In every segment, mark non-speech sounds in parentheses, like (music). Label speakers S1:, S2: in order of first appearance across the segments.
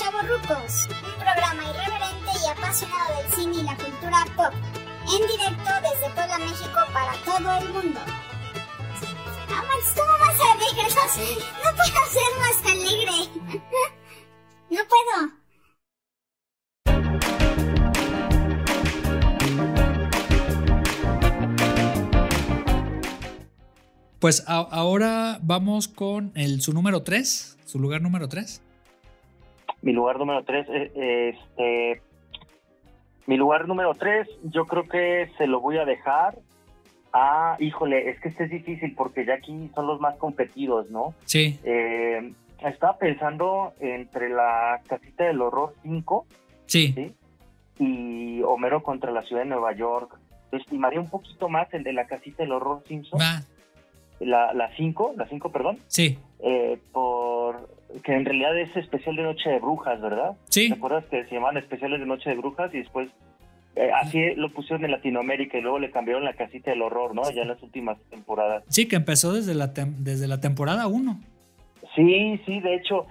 S1: Cons, un programa irreverente y apasionado del cine y la cultura pop, en directo desde Puebla, México para todo el mundo. Amax, ¿cómo vas a alegre? No, no puedo ser más alegre. (laughs) No puedo.
S2: Pues a- ahora vamos con el, su número 3, su lugar número 3.
S3: Mi lugar número 3, este. Mi lugar número 3, yo creo que se lo voy a dejar a. Híjole, es que este es difícil porque ya aquí son los más competidos, ¿no?
S2: Sí,
S3: Eh, estaba pensando entre la casita del horror 5
S2: sí,
S3: Sí. y Homero contra la ciudad de Nueva York. Estimaría un poquito más el de la casita del horror Simpson,
S2: va,
S3: la la 5, la 5, perdón,
S2: Ah, sí,
S3: eh, por que en realidad es especial de Noche de Brujas, ¿verdad?
S2: sí,
S3: ¿Te acuerdas que se llamaban especiales de Noche de Brujas y después eh, así lo pusieron en Latinoamérica y luego le cambiaron la casita del horror, ¿no? Ya en las últimas temporadas.
S2: sí, que empezó desde la, tem- desde la temporada 1.
S3: Sí, sí, de hecho,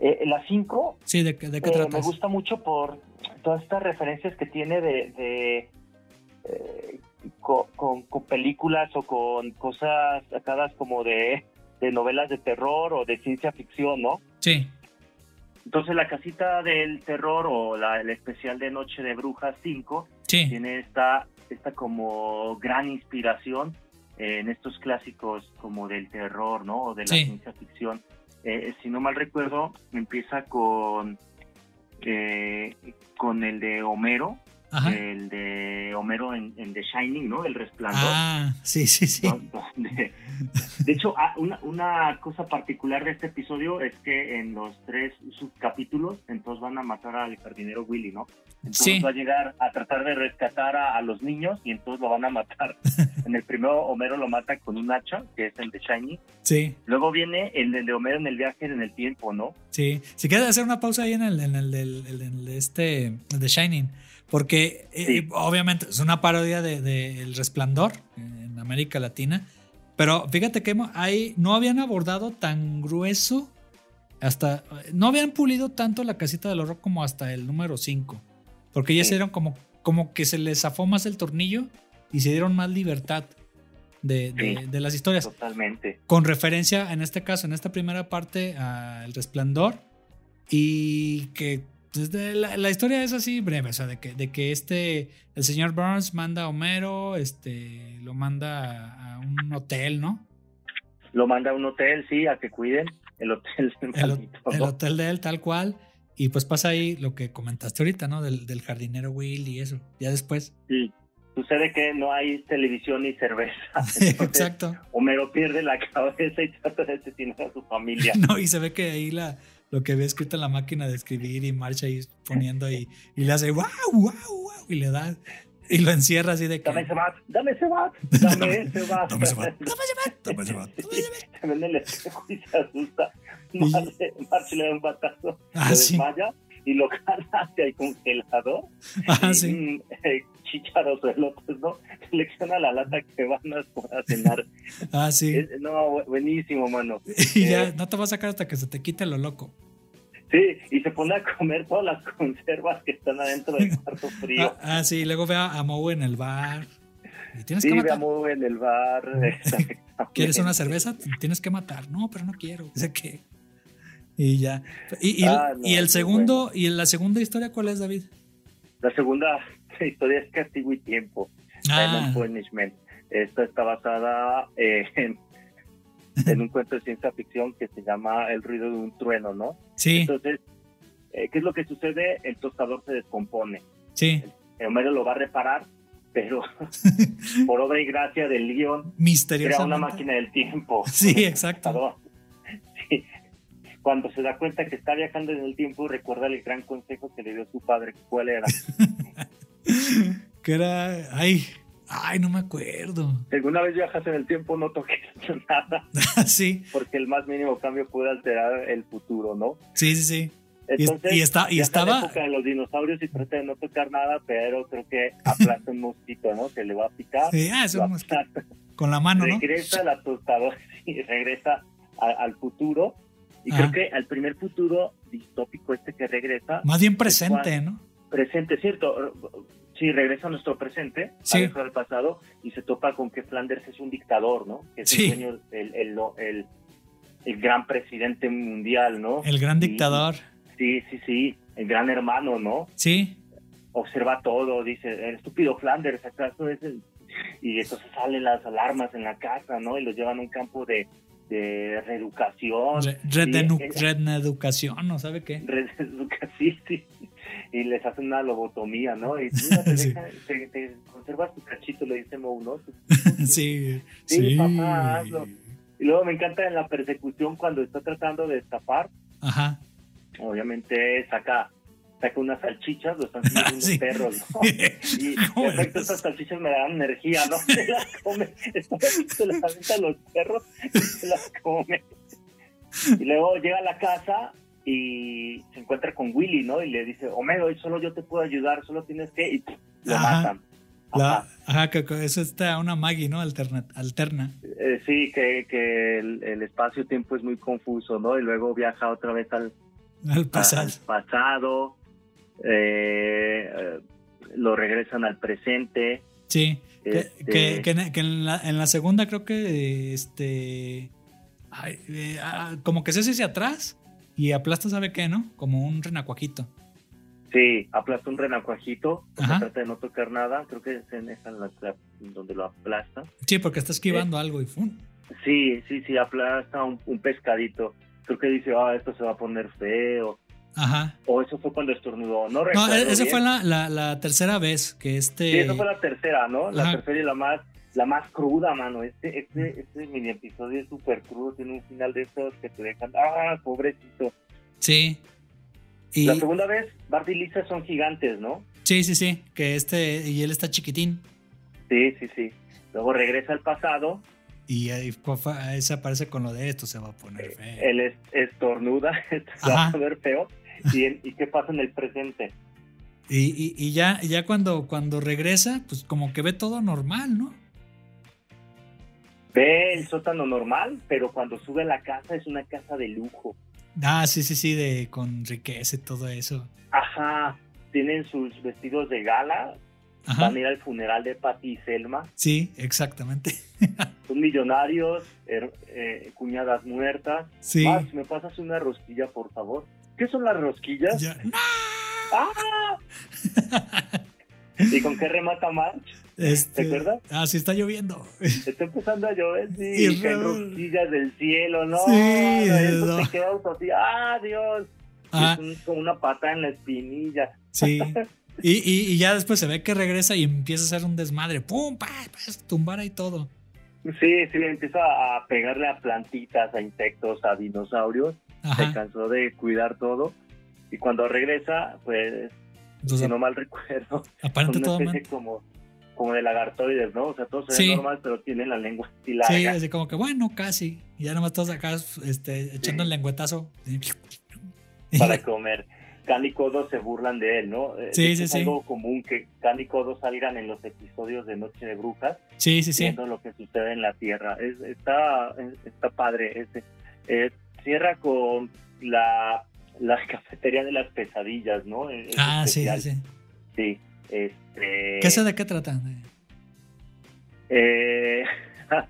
S3: eh, la 5
S2: Sí, ¿de, qué- de qué
S3: eh, me
S2: tratas?
S3: gusta mucho por todas estas referencias que tiene de, de, eh, co- con, con películas o con cosas sacadas como de, de novelas de terror o de ciencia ficción, ¿no?
S2: Sí,
S3: Entonces la casita del terror o la, el especial de Noche de Brujas 5
S2: sí,
S3: tiene esta, esta como gran inspiración eh, en estos clásicos como del terror, ¿no? O de la
S2: Sí.
S3: ciencia ficción. Eh, si no mal recuerdo, empieza con, eh, con el de Homero,
S2: ajá.
S3: el de Homero en, en The Shining, ¿no? El resplandor.
S2: Ah, sí, sí, sí.
S3: ¿no? Donde- de hecho, ah, una, una cosa particular de este episodio es que en los tres subcapítulos, entonces van a matar al jardinero Willy, ¿no? Entonces
S2: Sí.
S3: va a llegar a tratar de rescatar a, a los niños y entonces lo van
S2: (laughs)
S3: a matar. en el primero, Homero lo mata con un hacha, que es el de Shiny.
S2: Sí,
S3: Luego viene el de, de Homero en el viaje en el tiempo, ¿no?
S2: sí. Si quieres hacer una pausa ahí en el, en el, del- el- el de este, el de Shining, porque eh,
S3: Sí.
S2: obviamente es una parodia de, de El Resplandor en América Latina, pero fíjate que hemo- ahí no habían abordado tan grueso hasta, no habían pulido tanto la casita del horror como hasta el número 5, porque ya
S3: Sí.
S2: se dieron como, como que se les zafó más el tornillo y se dieron más libertad de, de-
S3: Sí.
S2: de las historias.
S3: Totalmente.
S2: con referencia en este caso, en esta primera parte, al resplandor. Y que pues, de la, la historia es así breve, o sea, de que, de que este, el señor Burns manda a Homero, este, lo manda a, a un hotel, ¿no?
S3: Lo manda a un hotel, sí, a que cuiden el hotel.
S2: El,
S3: (laughs) maldito,
S2: ho- el
S3: ¿no?
S2: hotel de él, tal cual. Y pues pasa ahí lo que comentaste ahorita, ¿no? Del, del jardinero Will y eso, ya después. (laughs)
S3: Sí. Sucede que no hay televisión ni cerveza.
S2: (laughs)
S3: Entonces,
S2: Exacto.
S3: Homero pierde la (laughs) cabeza y trata de asesinar a su familia.
S2: (laughs) No, y se ve que ahí la, lo que había escrito en la máquina de escribir y marcha ahí poniendo ahí y le hace wow, wow, wow y le da y lo encierra así de que
S3: Dame ese bat, dame ese
S2: (laughs)
S3: bat, dame ese bat.
S2: Dame ese
S3: (laughs)
S2: bat, dame ese bat, dame ese bat, dame ese bat.
S3: Se ve en el espejo y se asusta.
S2: Y-
S3: Marge, Marge le da un batazo,
S2: Ah,
S3: se
S2: sí.
S3: desmaya y lo carga hacia el congelador.
S2: Ah,
S3: Y,
S2: sí.
S3: mm, eh, chícharos de elotes, ¿no? Selecciona la lata que van a, a cenar.
S2: Ah, sí.
S3: Es- no, bu- buenísimo, mano.
S2: (laughs)
S3: Eh,
S2: Y ya no te vas a sacar hasta que se te quite lo loco.
S3: Sí, y se pone a comer todas las conservas que están adentro del cuarto frío.
S2: Ah, ah, sí, luego ve a, a Moe en el bar. Y tienes
S3: Sí,
S2: que
S3: me
S2: matar.
S3: amo en el bar. exactamente.
S2: ¿Quieres una cerveza? Tienes que matar. No, pero no quiero. (laughs) Dice que. Y ya. Y, y-
S3: Ah, no,
S2: y el
S3: qué
S2: segundo, y la segunda historia, ¿cuál es, David?
S3: La segunda (laughs) historia es Castigo y Tiempo, Time
S2: Ah,
S3: and Punishment. Esta está basada eh, en, en un cuento de ciencia ficción que se llama El ruido de un trueno, ¿no?
S2: sí,
S3: Entonces, eh, ¿qué es lo que sucede? El tostador se descompone.
S2: sí.
S3: Homero lo va a reparar,
S2: (laughs)
S3: pero por obra y gracia del guión, crea
S2: Misteriosamente.
S3: una máquina del tiempo.
S2: (laughs) Sí, exacto.
S3: Tostador. (laughs) Sí. Cuando se da cuenta que está viajando en el tiempo, recuerda el gran consejo que le dio su padre.
S2: (laughs)
S3: ¿Cuál era?
S2: Que era. Ay, ay, no me acuerdo. (laughs)
S3: Si alguna vez viajas en el tiempo, no toques (laughs) nada,
S2: sí,
S3: porque el más mínimo cambio puede alterar el futuro, ¿no?
S2: sí, sí, sí. Y,
S3: Entonces,
S2: y está, y
S3: viaja a la
S2: estaba.
S3: época de los dinosaurios y trata de no tocar nada, pero creo que aplasta un mosquito, ¿no? Que le va a picar.
S2: Ah. Sí, ah, es
S3: lo
S2: un mosquito.
S3: aplasta,
S2: Con la mano, ¿no?
S3: (laughs) regresa a la tostadora y regresa a- al futuro Y
S2: Ajá.
S3: creo que al primer futuro distópico este que regresa,
S2: Más bien presente, ¿no?
S3: presente, ¿cierto? Sí, regresa a nuestro presente,
S2: Sí.
S3: a al pasado, y se topa con que Flanders es un dictador, ¿no? Que es
S2: Sí.
S3: el, dueño, el, el, el- el gran presidente mundial, ¿no?
S2: El gran
S3: Y-
S2: dictador.
S3: Sí, sí, sí, el gran hermano, ¿no?
S2: Sí,
S3: Observa todo, dice, el estúpido Flanders, ¿acaso es el...? Y entonces salen las alarmas en la casa, ¿no? Y los llevan a un campo de, de reeducación.
S2: re-
S3: Sí,
S2: redenu-
S3: es-
S2: reeducación, ¿no sabe qué?
S3: casi (laughs) y les hacen una lobotomía, ¿no? Y mira,
S2: (laughs)
S3: te,
S2: Sí.
S3: deja- te- te conservas tu cachito, le dice Moe, ¿no?
S2: (laughs) Sí, sí.
S3: Sí, papá, hazlo. Y luego me encanta en la persecución cuando está tratando de escapar, (laughs)
S2: Ajá.
S3: obviamente saca saca unas salchichas, lo están
S2: (laughs)
S3: haciendo unos
S2: Sí.
S3: perros, ¿no? Y
S2: ¿Cómo
S3: de efecto
S2: eres?
S3: estas salchichas me dan energía, ¿no? (laughs) Se las come, se las avienta a los perros, y se las come. Y luego llega a la casa y se encuentra con Willy, ¿no? Y le dice, Homero, hoy solo yo te puedo ayudar, solo tienes que... Y lo
S2: Ajá.
S3: matan.
S2: (laughs) La-
S3: Ajá.
S2: ajá, que, que eso está una Maggie, ¿no? Alterna, alterna.
S3: Eh, sí, que, que el, el espacio-tiempo es muy confuso, ¿no? Y luego viaja otra vez al,
S2: Al pasado.
S3: al pasado, eh, eh, lo regresan al presente.
S2: Sí. Que,
S3: Este-
S2: que- que en- que en, la, en la segunda creo que este. ay, eh, ah, como que se hace hacia atrás y aplasta, ¿sabe qué, no? Como un renacuajito.
S3: Sí, aplasta un renacuajito, o sea,
S2: Ajá.
S3: trata de no tocar nada, creo que es en esa la- la- donde lo aplasta.
S2: Sí, porque está esquivando algo y ¡fum!
S3: Sí, sí, sí, aplasta un, un pescadito. Creo que dice, ah, esto se va a poner feo.
S2: Ajá.
S3: O eso fue cuando estornudó, no
S2: No,
S3: recuerdo.
S2: e- esa
S3: bien.
S2: fue la, la- la tercera vez que este.
S3: Sí, esa fue la tercera, ¿no? La
S2: Ajá.
S3: tercera y la más, la más cruda, mano. Este, este, este mini episodio es súper crudo, tiene un final de estos que te dejan, ah, pobrecito.
S2: Sí. Y,
S3: La segunda vez, Bart y Lisa son gigantes, ¿no?
S2: sí, sí, sí. Que este. Y él está chiquitín.
S3: Sí, sí, sí. Luego regresa al pasado
S2: Y ahí fue- fue- ahí se aparece con lo de esto, se va a
S3: Eh,
S2: poner feo.
S3: él es, estornuda, (laughs) se va a
S2: Ajá.
S3: poner feo. ¿Y, en- ¿Y qué pasa en el presente?
S2: Y, y- y ya, ya cuando, cuando regresa, pues como que ve todo normal, ¿no?
S3: Ve el sótano normal, pero cuando sube a la casa es una casa de lujo.
S2: Ah, sí, sí, sí, de con riqueza y todo eso.
S3: Ajá, tienen sus vestidos de gala,
S2: Ajá.
S3: van a ir al funeral de Patty y Selma,
S2: Sí, exactamente. (laughs)
S3: son millonarios, her- eh, cuñadas muertas.
S2: Sí.
S3: Max, ¿me pasas una rosquilla, por favor? ¿Qué son las rosquillas?
S2: Ya. (laughs)
S3: ¡Ah! ¿Y con qué remata March?
S2: Este,
S3: ¿Te acuerdas?
S2: Ah, sí, está
S3: (laughs)
S2: lloviendo.
S3: Está empezando a llover, sí,
S2: Y
S3: y caen
S2: raro.
S3: rosquillas del cielo, ¿no?
S2: Sí,
S3: eso
S2: no.
S3: te quedas así, ¡ah, Dios!
S2: Ah,
S3: Es un- como una patada en la espinilla.
S2: sí. Y, y- y ya después se ve que regresa y empieza a hacer un desmadre. ¡Pum! Pa, pa, tumbar ahí todo.
S3: Sí, sí, empieza a pegarle a plantitas, a insectos, a dinosaurios. Se
S2: Ajá.
S3: cansó de cuidar todo. Y cuando regresa, pues,
S2: Entonces,
S3: si no mal
S2: (laughs)
S3: recuerdo, son
S2: aparente
S3: una
S2: todo
S3: especie
S2: mal.
S3: como, como de lagartoides, ¿no? O sea, todos se
S2: Sí.
S3: ven normal, pero tienen la lengua así
S2: Sí,
S3: larga.
S2: así como que bueno, casi. Y ya nomás todos acá este, echando
S3: Sí.
S2: el lengüetazo.
S3: (laughs) para comer. Can y Codo se burlan de él, ¿no? Eh,
S2: Sí,
S3: de hecho,
S2: sí,
S3: es
S2: sí.
S3: algo común que Can y Codo salgan en los episodios de Noche de Brujas,
S2: (laughs) Sí, sí, sí.
S3: viendo lo que sucede en la Tierra. Es- está, está padre. Ese. Eh, cierra con la, la cafetería de las pesadillas, ¿no? Es- es
S2: Ah, sí,
S3: especial.
S2: sí, sí.
S3: Sí, este,
S2: ¿Qué sé de qué tratan?
S3: eh, (laughs)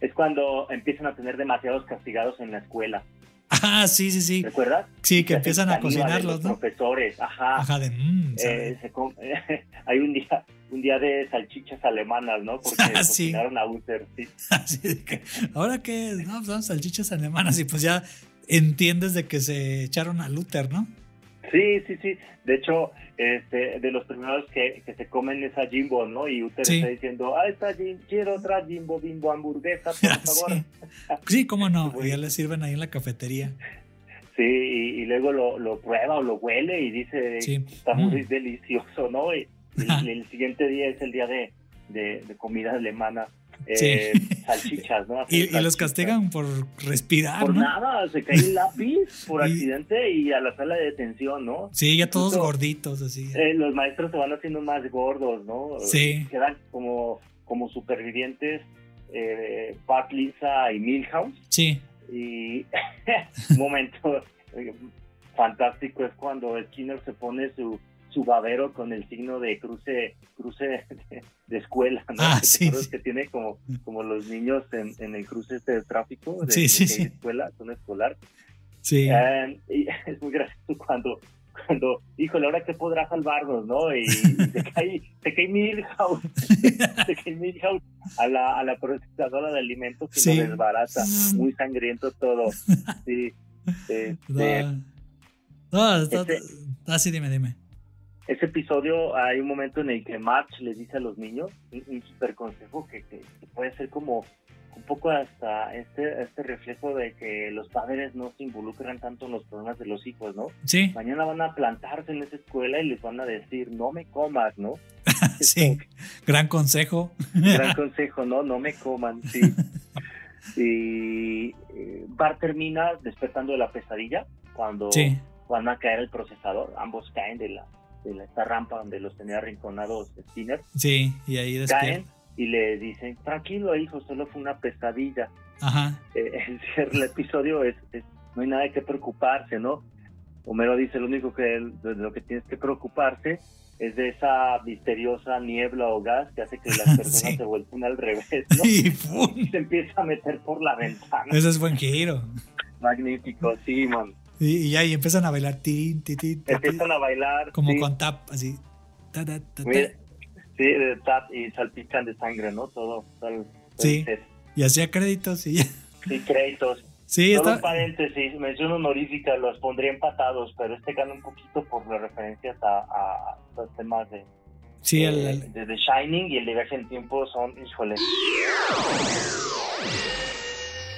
S3: es cuando empiezan a tener demasiados castigados en la escuela,
S2: Ah, sí, sí, sí.
S3: ¿recuerdas?
S2: Sí, que
S3: Se hacen
S2: empiezan a
S3: caníbales
S2: cocinarlos,
S3: los
S2: ¿no?
S3: Profesores, ajá.
S2: Ajá, de mmm,
S3: Eh, se com- (laughs) hay un día un día de salchichas
S2: (laughs)
S3: alemanas, ¿no? Porque
S2: Ah, sí.
S3: cocinaron a Uther, sí.
S2: (laughs) Así de que, Ahora que no, pues son salchichas alemanas y pues ya entiendes de que se echaron a Luther, ¿no?
S3: Sí, sí, sí. De hecho, este, de los primeros que, que se comen es a Jimbo, ¿no? Y Uther
S2: Sí.
S3: está diciendo, ah, está Jim, quiero otra Jimbo Bimbo hamburguesa,
S2: (laughs)
S3: (laughs) por favor.
S2: Ah, Sí. sí, cómo no.
S3: Bueno.
S2: Ya le sirven ahí en la cafetería.
S3: Sí, y, y luego lo, lo prueba o lo huele y dice,
S2: Sí.
S3: está
S2: Mm.
S3: muy delicioso, ¿no? Y,
S2: Ajá.
S3: y el siguiente día es el día de, de, de comida alemana.
S2: Sí.
S3: Eh, Salchichas, ¿no? Hacen
S2: (laughs) Y, y los
S3: salchichas.
S2: castigan por respirar,
S3: Por
S2: Ah, ¿no?
S3: nada, se cae un lápiz por
S2: (laughs) Y-
S3: accidente y a la sala de detención, ¿no?
S2: Sí, ya todos
S3: Incluso-
S2: gorditos, así.
S3: Eh, los maestros se van haciendo más gordos, ¿no?
S2: Sí.
S3: Quedan como, como supervivientes eh, Pat, Lisa y Milhouse.
S2: Sí,
S3: Y, y (laughs) un momento eh, fantástico es cuando Skinner se pone su su babero con el signo de cruce cruce de, de escuela, ¿no?
S2: Ah,
S3: ¿Te
S2: sí,
S3: acuerdas
S2: sí.
S3: que tiene como como los niños en, en el cruce este de tráfico de,
S2: Sí, sí,
S3: de
S2: sí.
S3: escuela, zona escolar.
S2: Sí.
S3: Eh, y (laughs) es muy gracioso cuando, cuando, híjole, ahora qué podrá salvarnos, ¿no? Y, y se cae, se
S2: (laughs)
S3: cae Milhouse, se cae Milhouse a la, a la procesadora de alimentos y
S2: Sí.
S3: lo desbarata. Muy sangriento todo. Sí. Este,
S2: No, no, está-
S3: este-
S2: ah, sí, dime, dime.
S3: ese episodio hay un momento en el que March les dice a los niños un, un super consejo que, que- que puede ser como un poco hasta este, este reflejo de que los padres no se involucran tanto en los problemas de los hijos, ¿no?
S2: Sí,
S3: mañana van a plantarse en esa escuela y les van a decir, no me comas, ¿no?
S2: (laughs) sí. Gran consejo.
S3: Gran consejo, ¿no? No me coman,
S2: (laughs)
S3: sí. Y eh, Bart termina despertando de la pesadilla cuando
S2: Sí,
S3: van a caer el procesador. Ambos caen de la de la- esta rampa donde los tenía arrinconados Skinner
S2: sí, y ahí
S3: caen
S2: despierta.
S3: y le dicen tranquilo hijo solo fue una pesadilla
S2: Ajá.
S3: Eh, (laughs) el cierre del episodio es, es- no hay nada que preocuparse, ¿no? Homero dice lo único que de lo que tienes que preocuparse es de esa misteriosa niebla o gas que hace que las personas
S2: (laughs) Sí.
S3: se vuelvan al revés,
S2: (laughs)
S3: ¿no?
S2: Y ¡pum!
S3: Y se empieza a meter por la ventana.
S2: Ese es buen giro.
S3: Magnífico, sí, man.
S2: Y, y ahí empiezan a bailar tin, tin, tin, tin, tin,
S3: Empiezan a bailar.
S2: como
S3: sí,
S2: con tap, así. Ta, ta, ta, ta.
S3: mira, sí, de tap y salpican de sangre, ¿no? Todo, todo el- todo el
S2: Sí.
S3: set.
S2: Y hacía créditos y ya. (laughs)
S3: Sí, créditos.
S2: Sí,
S3: Solo
S2: está.
S3: un paréntesis, mención honorífica, los pondría empatados, pero este gana un poquito por las referencias a, a los temas de,
S2: Sí, el-
S3: eh,
S2: el-
S3: de The Shining y el de Viaje en Tiempo son, híjole,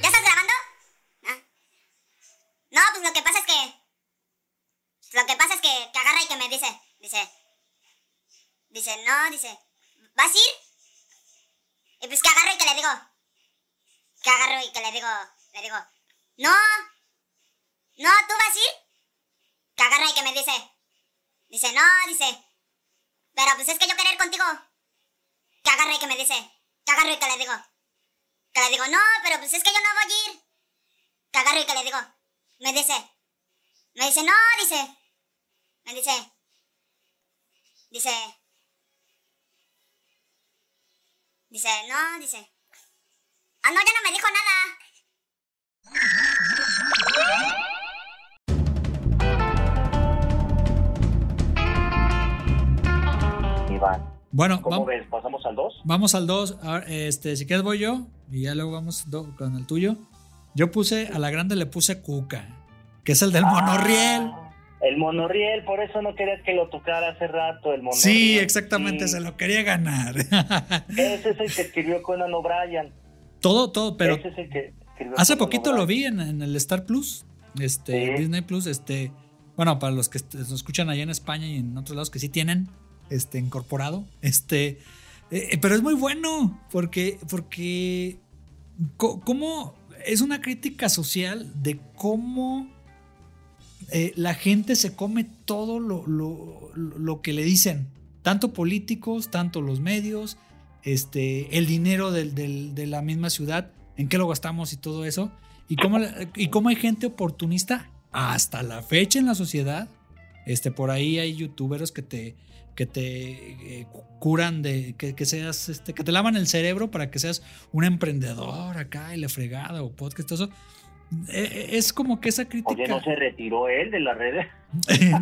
S1: ¿Ya estás grabando? Ah. No, pues lo que pasa es que. Lo que pasa es que, que agarra y que me dice. Dice. Dice, no, dice. ¿Vas a ir? Y pues que agarro y que le digo. Que agarro y que le digo. Le digo. No. No, ¿tú vas a ir? Que agarra y que me dice. Dice, no, dice. Pero pues es que yo quería ir contigo. Que agarra y que me dice. Que agarro y que le digo. Que le digo, no, pero pues es que yo no voy a ir. Que agarro y que le digo. Me dice. Me dice, no, dice. Me dice. Dice. Dice, no, dice. Ah, no, ya no me dijo nada.
S3: Iván.
S2: bueno,
S3: ¿Cómo
S2: vam-
S3: ves? ¿Pasamos al 2?
S2: vamos al 2. Este, si quieres voy yo y ya luego vamos do- con el tuyo. Yo puse, a la grande le puse Cuca, que es el
S3: Ah,
S2: del monorriel.
S3: El monorriel, por eso no querías que lo tocara hace rato, el monorriel.
S2: Sí, exactamente,
S3: Sí.
S2: se lo quería ganar. (laughs)
S3: Ese es el que escribió Conan O'Brien.
S2: todo, todo, pero
S3: Ese es el que escribió
S2: hace
S3: Conan
S2: poquito lo
S3: O'Brien.
S2: vi en, en el Star Plus, este,
S3: Sí.
S2: en Disney Plus, este, bueno, para los que est- nos escuchan allá en España y en otros lados que sí tienen, este, incorporado, este, eh, eh, pero es muy bueno porque, porque, co- cómo es una crítica social de cómo eh, la gente se come todo lo, lo- lo que le dicen, tanto políticos, tanto los medios, este, el dinero del- del- de la misma ciudad, en qué lo gastamos y todo eso, y cómo, la- y cómo hay gente oportunista hasta la fecha en la sociedad. Este, por ahí hay youtuberos que te, que te eh, cu- curan de que, que seas, este, que te lavan el cerebro para que seas un emprendedor acá y la fregada o podcast, todo eso. Eh, eh, Es como que esa crítica.
S3: Oye, ¿no se retiró él de las redes?
S2: (laughs)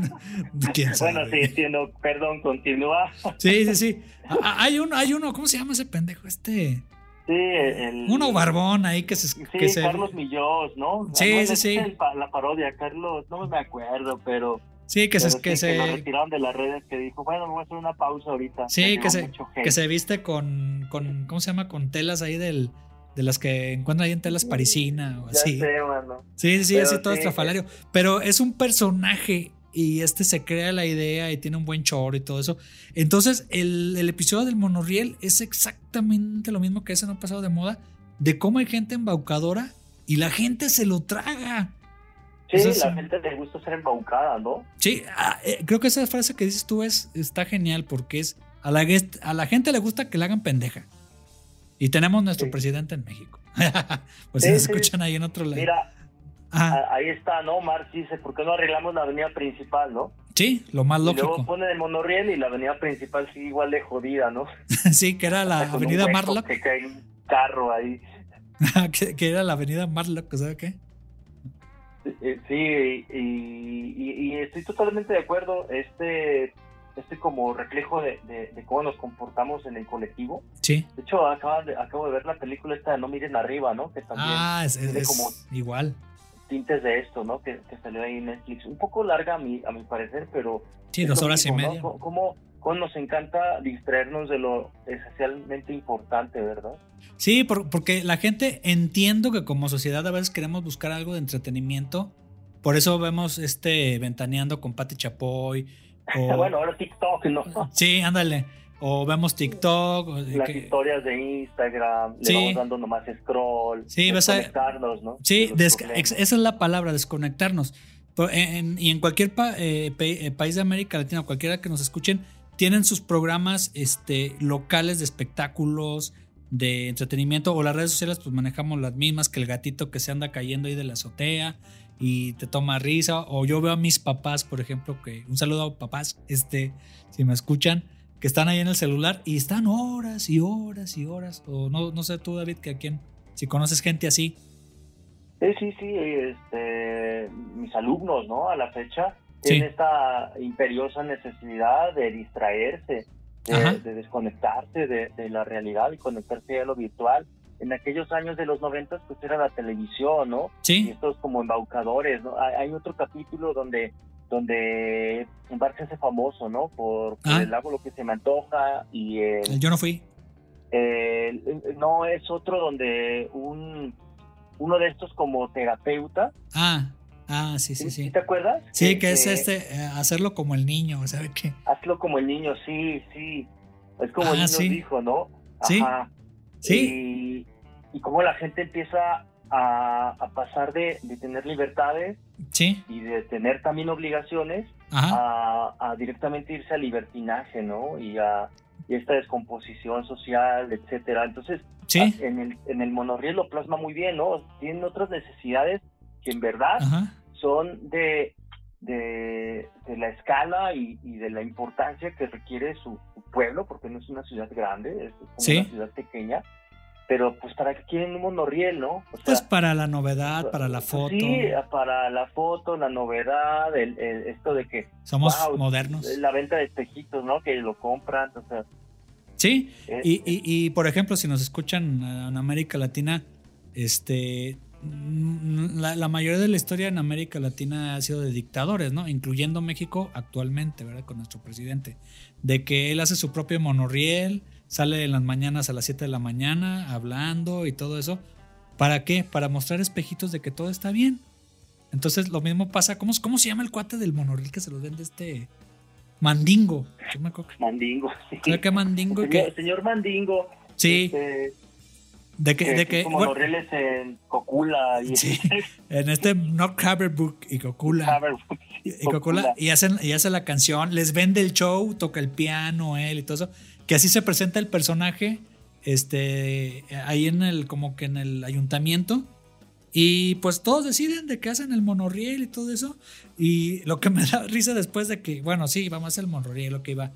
S2: ¿Quién sabe?
S3: (laughs) Bueno, sí, entiendo. Perdón, continúa. (laughs)
S2: Sí, sí, sí. A- a- Hay uno, hay uno, ¿cómo se llama ese pendejo? Este.
S3: Sí, el...
S2: Uno barbón ahí que se.
S3: Sí,
S2: que se-
S3: Carlos Millós, ¿no?
S2: Sí,
S3: Bueno,
S2: sí,
S3: es
S2: sí.
S3: el pa- la parodia, Carlos, no me acuerdo, pero.
S2: sí, que
S3: pero
S2: se,
S3: sí,
S2: que se-
S3: lo retiraron de las redes, que dijo, bueno, voy a hacer una pausa ahorita.
S2: Sí,
S3: Me
S2: que
S3: llegó
S2: se-
S3: mucho hate.
S2: que se viste con, con. ¿Cómo se llama? Con telas ahí del. De las que encuentran ahí en telas parisina o
S3: Ya
S2: así.
S3: sé, mano.
S2: Sí, sí, sí,
S3: Pero
S2: así todo
S3: sí.
S2: estrafalario. Pero es un personaje y este se crea la idea y tiene un buen choro y todo eso. Entonces, el, el episodio del monorriel es exactamente lo mismo que ese no ha pasado de moda, de cómo hay gente embaucadora y la gente se lo traga.
S3: Sí,
S2: Eso es-
S3: la gente le gusta ser embaucada, ¿no?
S2: Sí, ah, eh, creo que esa frase que dices tú es, está genial porque es a la, guest- a la gente le gusta que la hagan pendeja. Y tenemos nuestro
S3: Sí.
S2: presidente en México. (laughs) pues si
S3: Sí,
S2: nos
S3: sí.
S2: escuchan ahí en otro lado. Ah,
S3: Mira, ah,
S2: Ajá.
S3: A- Ahí está, ¿no? Marx dice, ¿por qué no arreglamos la avenida principal, no?
S2: Sí, lo más
S3: Y luego
S2: lógico.
S3: ponen el monorriel y la avenida principal sigue igual de jodida, ¿no?
S2: (laughs) sí, que era la
S3: Con un
S2: avenida
S3: pues, hueco
S2: Marlock. (laughs)
S3: Que cae un carro ahí.
S2: que, que era la avenida Marlock, ¿sabes qué?
S3: Eh, Sí, y, y- y estoy totalmente de acuerdo. Este, este como reflejo de, de- de cómo nos comportamos en el colectivo.
S2: Sí.
S3: De hecho, acaba de- acabo de ver la película esta de No miren arriba, ¿no? Que también
S2: Ah, es, es-
S3: tiene
S2: es
S3: como-
S2: igual.
S3: tintes de esto, ¿no? Que, que salió ahí en Netflix. Un poco larga a mi, a mi parecer, pero...
S2: Sí,
S3: es
S2: dos
S3: lo
S2: horas y
S3: mismo, ¿no?
S2: media.
S3: Co- Cómo, cómo nos encanta distraernos de lo esencialmente importante, ¿verdad?
S2: Sí, por- porque la gente entiendo que como sociedad a veces queremos buscar algo de entretenimiento. Por eso vemos este ventaneando con Pati Chapoy. O,
S3: Bueno, ahora TikTok, ¿no?
S2: Sí, ándale. O vemos TikTok. o-
S3: Las
S2: que-
S3: historias de Instagram, le
S2: Sí.
S3: vamos dando nomás scroll,
S2: Sí, vas a-
S3: desconectarnos, ¿no?
S2: Sí,
S3: De los
S2: desca-
S3: problemas.
S2: ex- esa es la palabra, desconectarnos. Por- en- en- y en cualquier pa- eh, pe- eh, país de América Latina, cualquiera que nos escuchen, tienen sus programas este, locales de espectáculos, de entretenimiento, o las redes sociales, pues manejamos las mismas que el gatito que se anda cayendo ahí de la azotea y te toma risa. O yo veo a mis papás, por ejemplo, que un saludo a papás, este, si me escuchan, que están ahí en el celular y están horas y horas y horas. O no, no sé tú, David, que a quién, si conoces gente así.
S3: Sí, sí, sí, este, mis alumnos, ¿no? A la fecha
S2: Sí.
S3: tienen esta imperiosa necesidad de distraerse,
S2: Ajá.
S3: de, de desconectarse de, de la realidad y conectarse a lo virtual. En aquellos años de los noventas, pues era la televisión, ¿no? Y
S2: Sí,
S3: estos como embaucadores, ¿no? Hay, hay otro capítulo donde donde Barca hace famoso, ¿no? Por, por
S2: Ah.
S3: el hago lo que se me antoja y el,
S2: el yo no fui.
S3: eh, no es otro donde un uno de estos como terapeuta,
S2: Ah, ah, sí, sí, sí.
S3: te acuerdas?
S2: Sí, que es
S3: Eh,
S2: este, eh, hacerlo como el niño, o sea, que...
S3: Hazlo como el niño, sí, sí. Es como
S2: Ah,
S3: el niño
S2: sí.
S3: dijo, ¿no?
S2: Sí. Sí,
S3: Y, y cómo la gente empieza a, a pasar de, de tener libertades
S2: sí,
S3: y de tener también obligaciones Ah,
S2: ajá.
S3: a, a directamente irse al libertinaje, ¿no? Y a y esta descomposición social, etcétera. Entonces,
S2: Sí,
S3: Ah, En el, en el monorriel lo plasma muy bien, ¿no? Tienen otras necesidades que en verdad
S2: ajá.
S3: son de, de, de la escala y, y de la importancia que requiere su, su pueblo, porque no es una ciudad grande, es como
S2: Sí.
S3: una ciudad pequeña. Pero pues para qué quieren un monorriel, ¿no? O sea,
S2: Pues para la novedad, para la
S3: pues,
S2: foto,
S3: Sí, para la foto, la novedad, el, el- esto de que
S2: somos
S3: wow,
S2: modernos.
S3: la venta de espejitos, ¿no? Que lo compran, o sea,
S2: Sí,
S3: eh,
S2: y, y, y, por ejemplo, si nos escuchan eh, en América Latina, este, mm, la, la mayoría de la historia en América Latina ha sido de dictadores, ¿no? Incluyendo México actualmente, ¿verdad? Con nuestro presidente. De que él hace su propio monorriel, sale en las mañanas a las 7 de la mañana hablando y todo eso. ¿Para qué? Para mostrar espejitos de que todo está bien. Entonces lo mismo pasa, ¿cómo, cómo se llama el cuate del monorriel que se lo vende este mandingo? Yo me acuerdo que-
S3: mandingo. (laughs) sí.
S2: Creo que mandingo
S3: Señor,
S2: que...
S3: señor mandingo.
S2: Sí,
S3: este,
S2: de que, de
S3: que,
S2: que
S3: como
S2: bueno,
S3: los rieles en Cocula
S2: (laughs)
S3: y
S2: sí, en este Knock Haverbook y Cocula.
S3: Haber-
S2: Y Cocula y hacen, y hace la canción, les vende el show, toca el piano, él y todo eso. Que así se presenta el personaje, este, ahí en el, como que en el ayuntamiento. Y pues todos deciden de que hacen el monorriel y todo eso. Y lo que me (laughs) da risa después de que, bueno, sí, vamos a hacer el monorriel, lo que iba.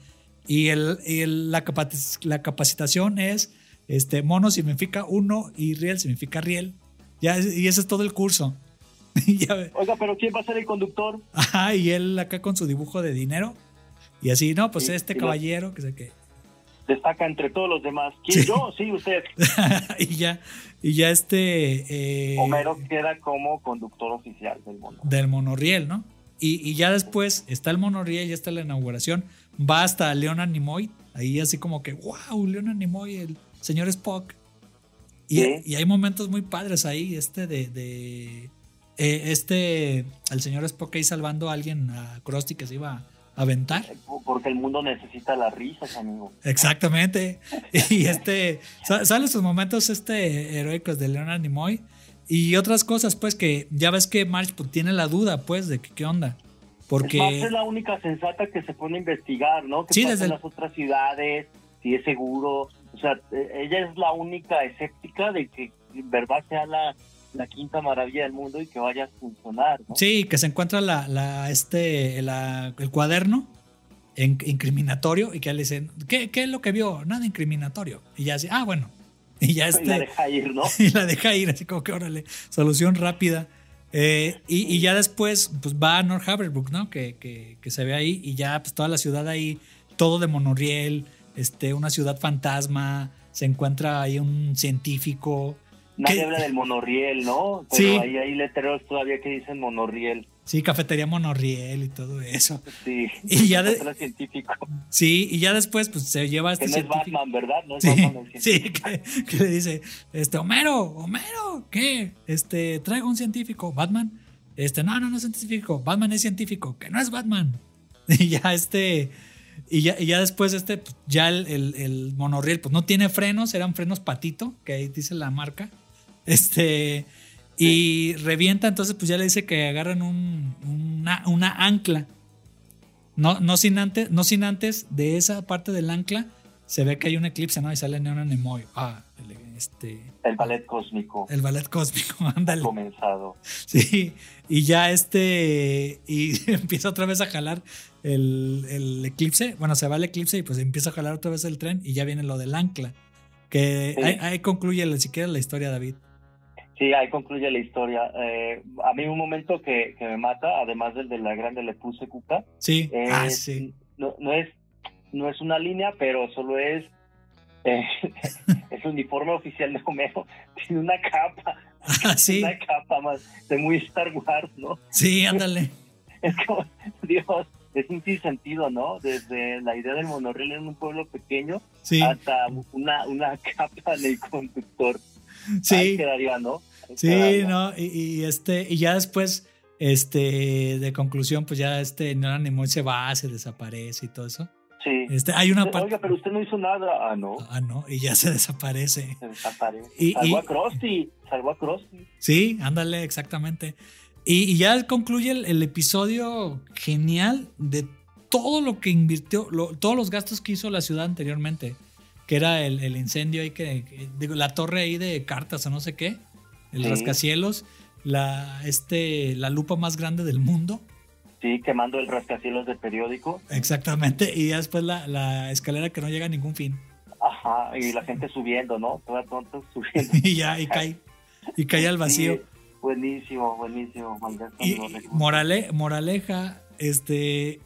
S2: Y, el, y el- la, capaci- la capacitación es, este, mono significa uno y riel significa riel. Ya, es- y ese es todo el curso. (laughs) Y ya,
S3: Oiga, pero ¿quién va a ser el conductor?
S2: Ajá, y él acá con su dibujo de dinero. Y así, no, pues
S3: Sí,
S2: este
S3: y lo-
S2: caballero, que sé qué. (laughs)
S3: Destaca entre todos los demás. ¿Quién?
S2: Sí.
S3: Yo, sí, usted.
S2: y ya, y ya este. eh,
S3: Homero queda como conductor oficial del mundo.
S2: Del monorriel, ¿no? Y, y ya después está el monorriel, ya está la inauguración. Va hasta Leona Nimoy. Ahí así como que, wow, Leona Nimoy, el señor Spock. Y,
S3: Sí.
S2: y hay momentos muy padres ahí, este de. de eh, este, al señor Spock ahí salvando a alguien, a Krusty que se iba a aventar.
S3: Porque el mundo necesita las risas, amigo.
S2: Exactamente. Y este sa- salen sus momentos este heroicos de Leonard Nimoy y otras cosas pues que ya ves que Marge pues, tiene la duda pues de que qué onda.
S3: Es más,
S2: Porque
S3: es la única sensata que se pone a investigar, ¿no? Que
S2: Sí,
S3: pasa
S2: desde
S3: en
S2: el-
S3: las otras ciudades, si es seguro. O sea, eh, ella es la única escéptica de que en verdad sea la, la quinta maravilla del mundo y que vaya a funcionar, ¿no?
S2: Sí, que se encuentra la, la, este, la- el cuaderno en- incriminatorio y que le dicen, ¿qué, qué es lo que vio? Nada incriminatorio. Y ya así, ah, bueno. Y ya
S3: Y la
S2: este,
S3: deja ir, ¿no?
S2: (laughs) y la deja ir, así como que órale, solución rápida. Eh, y, y ya después pues va a North Haverbrook, ¿no? Que, que- que se ve ahí y ya pues toda la ciudad ahí, todo de monorriel, este, una ciudad fantasma, se encuentra ahí un científico,
S3: Nadie
S2: ¿Qué?
S3: habla del monorriel, ¿no? Pero
S2: Sí.
S3: ahí hay letreros todavía que dicen monorriel.
S2: sí, cafetería monorriel y todo eso.
S3: Sí.
S2: Y ya de-
S3: Letrero científico.
S2: Sí, y ya después pues se lleva a este
S3: Que no es
S2: científico.
S3: Batman, ¿verdad? No es
S2: Sí,
S3: Batman el
S2: sí,
S3: científico.
S2: que, que le dice, este, Homero, Homero, ¿qué? Este, traigo un científico, Batman. Este, no, no, no es científico, Batman es científico, que no es Batman. (laughs) Y ya este, y ya, y ya después este, pues, ya el, el, el monorriel, pues no tiene frenos, eran frenos patito, que ahí dice la marca. Este, y revienta, entonces pues ya le dice que agarran un- una, una ancla. No, no, sin antes, no sin antes de esa parte del ancla se ve que hay un eclipse, ¿no? Y sale Neon Nimoy. Ah, el, este,
S3: El ballet cósmico.
S2: el ballet cósmico, (laughs) ándale.
S3: Comenzado.
S2: Sí, y ya este, y (laughs) empieza otra vez a jalar el, el eclipse. Bueno, se va el eclipse y pues empieza a jalar otra vez el tren y ya viene lo del ancla. Que
S3: Sí.
S2: ahí, ahí concluye la- siquiera la historia, David.
S3: Sí, ahí concluye la historia. Eh, a mí un momento que, que me mata, además del de la grande le puse cuca,
S2: Sí,
S3: es-
S2: ah, sí.
S3: no, no es no es una línea, pero solo es
S2: (laughs)
S3: eh, es uniforme oficial de Homero. (laughs) Tiene una capa,
S2: (laughs) Ah, sí,
S3: una capa más de muy Star Wars, ¿no? (laughs)
S2: sí, ándale.
S3: Es como, Dios, es un sinsentido, ¿no? Desde la idea del monorriel en un pueblo pequeño
S2: Sí,
S3: hasta una, una capa en el conductor. Ahí
S2: sí.
S3: quedaría, ¿no? Ahí
S2: Sí,
S3: quedaría.
S2: no, y, y este, y ya después, este, de conclusión, pues ya este Nolan Nimoy se va, se desaparece y todo eso.
S3: Sí.
S2: Este, hay (laughs) una parte.
S3: Oiga, pero usted no hizo nada. Ah, no.
S2: Ah, no, y ya se desaparece.
S3: Se desaparece.
S2: Y-
S3: salvó
S2: y-
S3: a Krusty. Salvó a Krusty.
S2: Sí, ándale, exactamente. Y, y ya concluye el, el episodio genial de todo lo que invirtió, lo- todos los gastos que hizo la ciudad anteriormente, que era el, el incendio ahí, que, que- digo, la torre ahí de cartas o no sé qué, el
S3: Sí.
S2: rascacielos, la, este, la lupa más grande del mundo.
S3: Sí, quemando el rascacielos de periódico.
S2: Exactamente, y ya después la, la escalera que no llega a ningún fin. (laughs)
S3: Ajá. Y la gente subiendo, ¿no? Toda tonta subiendo.
S2: y ya, y cae, (laughs) y cae al vacío.
S3: Sí, buenísimo, buenísimo. maldad,
S2: Y,
S3: cuando
S2: y
S3: me-
S2: morale- moraleja, este,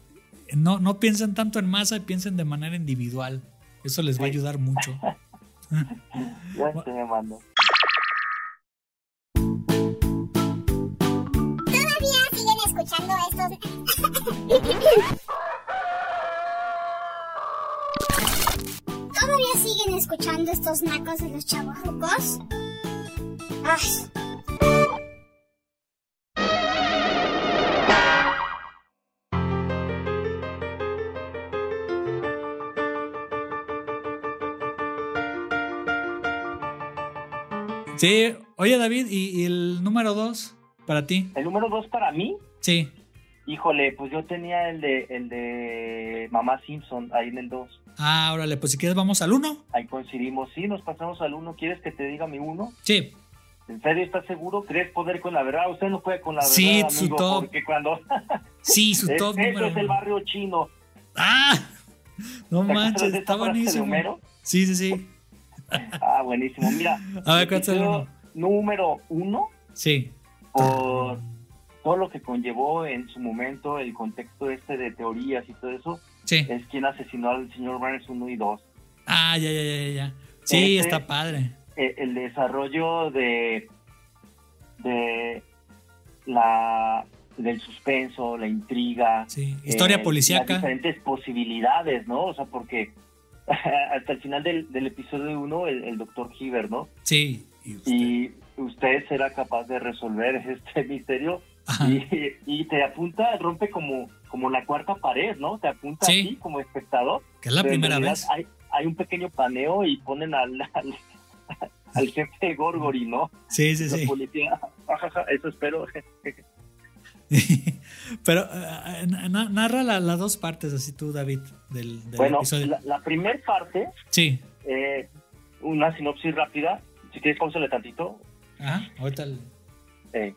S2: no, no piensen tanto en masa, piensen de manera individual. Eso les va a
S3: Sí.
S2: ayudar
S3: (laughs)
S2: mucho.
S3: Ya se me mandó.
S1: Todavía siguen escuchando estos. (laughs) Todavía siguen escuchando estos nacos de los chavorrucos. Ay,
S2: Sí, oye David, ¿y, y el número dos para ti?
S3: El número dos para mí.
S2: Sí,
S3: Híjole, pues yo tenía el de, el de Mamá Simpson ahí en el 2.
S2: ah, órale, pues si quieres vamos al uno.
S3: Ahí coincidimos. Sí, nos pasamos al uno. ¿Quieres que te diga mi uno?
S2: Sí,
S3: ¿En serio estás seguro? ¿Crees poder con la verdad? Usted no puede con la verdad,
S2: Sí,
S3: amigo,
S2: su top.
S3: porque cuando...
S2: sí, su
S3: Es-
S2: top
S3: eso
S2: número
S3: es el
S2: uno.
S3: barrio chino.
S2: Ah, no
S3: ¿Te acuerdas
S2: manches,
S3: de esa
S2: está
S3: frase de
S2: buenísimo.
S3: Homero?
S2: Sí, sí, sí.
S3: Ah, buenísimo. Mira,
S2: A ver, ¿cuál es el
S3: episodio
S2: uno?
S3: número uno,
S2: Sí.
S3: por todo lo que conllevó en su momento el contexto este de teorías y todo eso,
S2: Sí.
S3: es quien asesinó al señor Barnes 1 y 2.
S2: Ah, ya, ya, ya, ya, ya. Sí,
S3: Ese-
S2: está padre.
S3: eh, el desarrollo de de la del suspenso, la intriga,
S2: Sí. Historia
S3: eh,
S2: policíaca.
S3: las diferentes posibilidades, ¿no? O sea, porque (laughs) hasta el final del, del episodio 1 el, doctor Hiver, ¿no?
S2: Sí. Y usted.
S3: Y usted será capaz de resolver (laughs) este misterio
S2: Ajá.
S3: y, y te apunta, rompe como como la cuarta pared, ¿no? Te apunta
S2: Sí.
S3: así como espectador.
S2: Que es la
S3: Pero en
S2: primera
S3: realidad
S2: vez.
S3: Hay, hay un pequeño paneo y ponen al, (laughs) al, al jefe Gorgory, ¿no?
S2: Sí, sí,
S3: La
S2: sí.
S3: (laughs) policía. Ajaja, eso espero.
S2: (laughs) Pero eh, na- na- narra la- las dos partes así tú, David, del, del
S3: Bueno,
S2: episodio.
S3: la, primera parte,
S2: Sí.
S3: eh, una sinopsis rápida. Si quieres, pausale tantito.
S2: Ajá. Ahorita. el-
S3: Eh,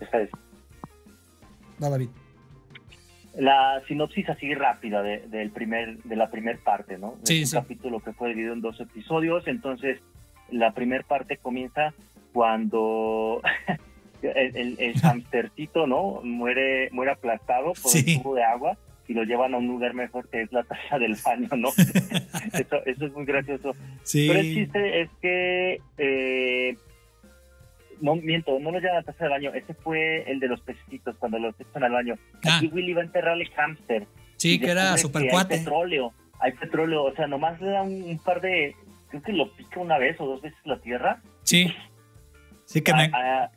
S3: esa es.
S2: Va, David.
S3: La sinopsis así rápida de, del primer, de la primera parte, ¿no?
S2: Sí,
S3: es un
S2: sí.
S3: capítulo que fue dividido en dos episodios. Entonces, la primera parte comienza cuando (laughs) el, el,
S2: (laughs)
S3: el hamstercito, ¿no? Muere, muere aplastado por
S2: Sí.
S3: un tubo de agua y lo llevan a un lugar mejor que es la taza del baño,
S2: (laughs)
S3: ¿no? eso, eso es muy gracioso.
S2: Sí.
S3: Pero el chiste es que. eh, no, miento, no lo llevan a la taza del baño. Ese fue el de los pececitos, cuando los echan al baño.
S2: Ah.
S3: Aquí Willy va a enterrar el hámster.
S2: sí,
S3: y
S2: que era
S3: descubre
S2: super
S3: que Hay
S2: cuate.
S3: petróleo, hay petróleo. O sea, nomás le da un, un par de. Creo que lo pica una vez o dos veces la tierra.
S2: Sí. Sí, que
S3: Ah,
S2: me.
S3: ah,